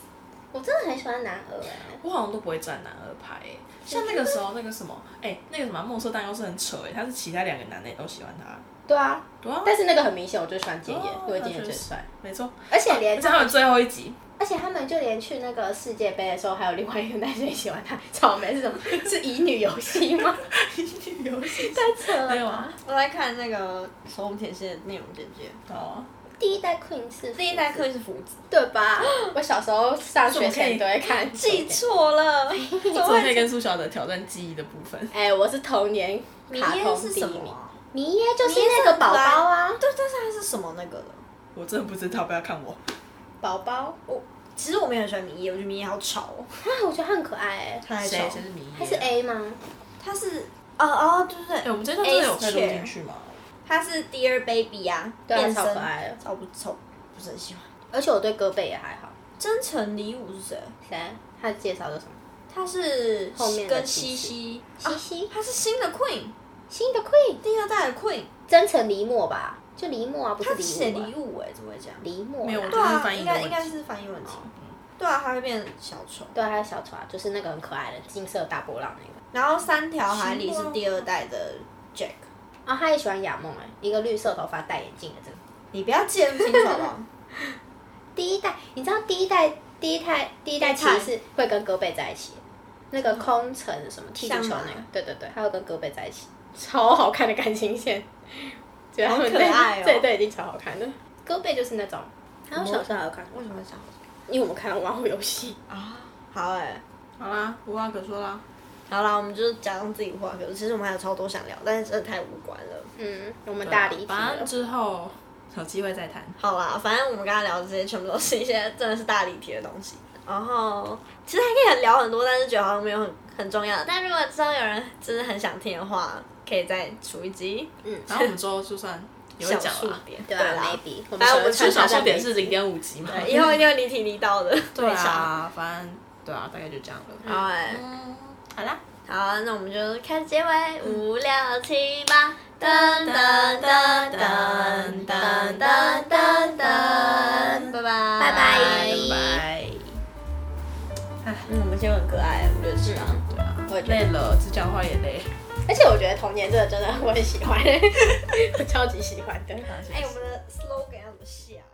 S1: 我真的很喜欢男二哎、
S2: [LAUGHS] 我好像都不会站男二排、欸，像那个时候那个什么，哎、那个什么啊墨色蛋糕是很扯哎、他是其他两个男的也都喜欢他，
S4: 对啊，
S2: 对啊，
S4: 但是那个很明显，我就喜欢菅野
S2: 哦，
S4: 因为菅野
S2: 那确
S4: 最
S2: 实
S4: 帅。
S2: 没错，
S1: 而且
S2: 而
S1: 连
S2: 且他们最后一集，
S4: 而且他们就连去那个世界杯的时候，还有另外一个男生也喜欢他。草莓是什么？ [LAUGHS] 是乙女游戏吗？
S2: 游戏
S4: 太扯了
S2: 没有
S4: 吧
S2: 啊！
S3: 我在看那个《手工甜心》的内容简介，
S2: 哦，
S1: 第一代 Queen 是
S3: 第一代课是福子，
S4: 对吧？我小时候上学前都会看。
S3: 记错了，怎么
S2: 我可以
S3: 会？
S2: 跟苏小的挑战记忆的部分。
S4: 哎，我是童年
S3: 迷
S4: 卡
S3: 耶
S4: 通
S3: 是
S4: 第一
S3: 什么
S4: 名。
S3: 啊？
S1: 迷耶就是那个宝宝啊，
S3: 对，但是它是什么那个的？
S2: 我真的不知道，不要看我。
S4: 宝宝
S3: 我其实我没有很喜欢迷耶，我觉得迷耶好吵哦，
S1: 啊，我觉得他很可爱
S4: 欸
S1: 哎、
S3: 太吵
S2: 谁。谁是迷
S1: 他是
S4: 啊
S2: 耶
S1: A 吗？
S3: 他是哦哦，对对
S2: 哎、
S3: 对，
S2: 我们这段真的有
S3: Ace
S2: 可以录
S3: chair
S2: 进去吗？
S3: 他是 Dear Baby 啊，
S4: 对啊
S3: 变
S4: 超可
S3: 身
S4: 爱的
S3: 超不超不是很喜欢。
S1: 而且我对戈贝也还好。
S3: 真诚礼物是谁？
S1: 谁？他介绍的什么？
S3: 他是
S1: 后面的
S3: 跟
S1: 骑
S3: 西
S1: 士
S3: 西，
S1: 西西，
S3: 他是新的 Queen，
S1: 新的 Queen，
S3: 第二代的 Queen，
S1: 真诚黎墨吧？就黎墨啊，不
S3: 他
S1: 是
S3: 只写
S1: 礼物、啊
S3: 礼。物哎，怎么会这样？
S1: 黎墨啦
S2: 没有我
S3: 对
S2: 就是
S3: 啊，
S2: 翻译
S3: 应
S2: 的
S3: 该
S2: 问题
S3: 应该是翻译问题。对啊，他会变小丑。
S1: 对，还有小丑啊，就是那个很可爱的金色大波浪那个。
S3: 然后三条海里是第二代的 Jack，
S1: 啊，他也喜欢亚梦哎，一个绿色头发戴眼镜的这个。
S3: 你不要记得不清楚好不
S1: [LAUGHS]
S3: 好？
S1: 第一代，你知道第一代第一代第一代骑士会跟戈贝在一起，那个空城什么踢足球
S3: 像吗
S1: 那个，对对对，他会跟戈贝在一起，
S4: 超好看的感情线，觉得他们
S3: 好可爱
S1: [LAUGHS]
S3: 哦
S4: 这一对已经超好看的。
S1: 戈贝就是那种。然后小时候还有看过，
S3: 为什么会这样
S4: 因为我们看到玩偶游戏，
S3: 啊？好哎，
S2: 好啦，无话可说啦。
S3: 好啦，我们就是假装自己话，可是其实我们还有超多想聊，但是真的太无关了。
S4: 嗯，
S1: 我们大离题
S2: 啊反正
S1: 了。
S2: 之后有机会再谈。
S3: 好啦，反正我们刚刚聊的这些全部都是一些真的是大离题的东西。然后其实还可以聊很多，但是觉得好像没有很很重要。但如果之后有人真的很想听的话，可以再出一集
S2: 然后我们之后就算也嗯会
S3: 小
S2: 讲
S3: 数
S2: 啦。
S3: 点，
S1: 对啊
S3: 啦。
S1: ，maybe。
S3: 反正我们
S1: 小
S2: 吃
S1: 时候
S2: 小
S1: 看到
S2: 数点
S1: 在
S2: 是零点五级嘛？
S3: 以啊后一定会离题离到的。
S2: 对
S3: 没差。
S2: 啊，反正对啊，大概就这样了。
S3: 好哎、
S2: 嗯，好啦，
S3: 好，那我们就开始结尾，五六七八，噔噔噔噔噔噔噔噔，
S2: 嗯
S3: 拜拜拜
S2: 拜
S1: 拜
S2: 拜。
S3: 嗯，我们今天很可爱，我觉得是啊。
S2: 对啊，
S4: 我也觉得
S2: 累了，只讲话也累。
S4: 而且我觉得童年这 [LAUGHS] 个真的我很喜欢，我超级喜欢的。
S3: 哎、我们的 slogan 要怎么写啊？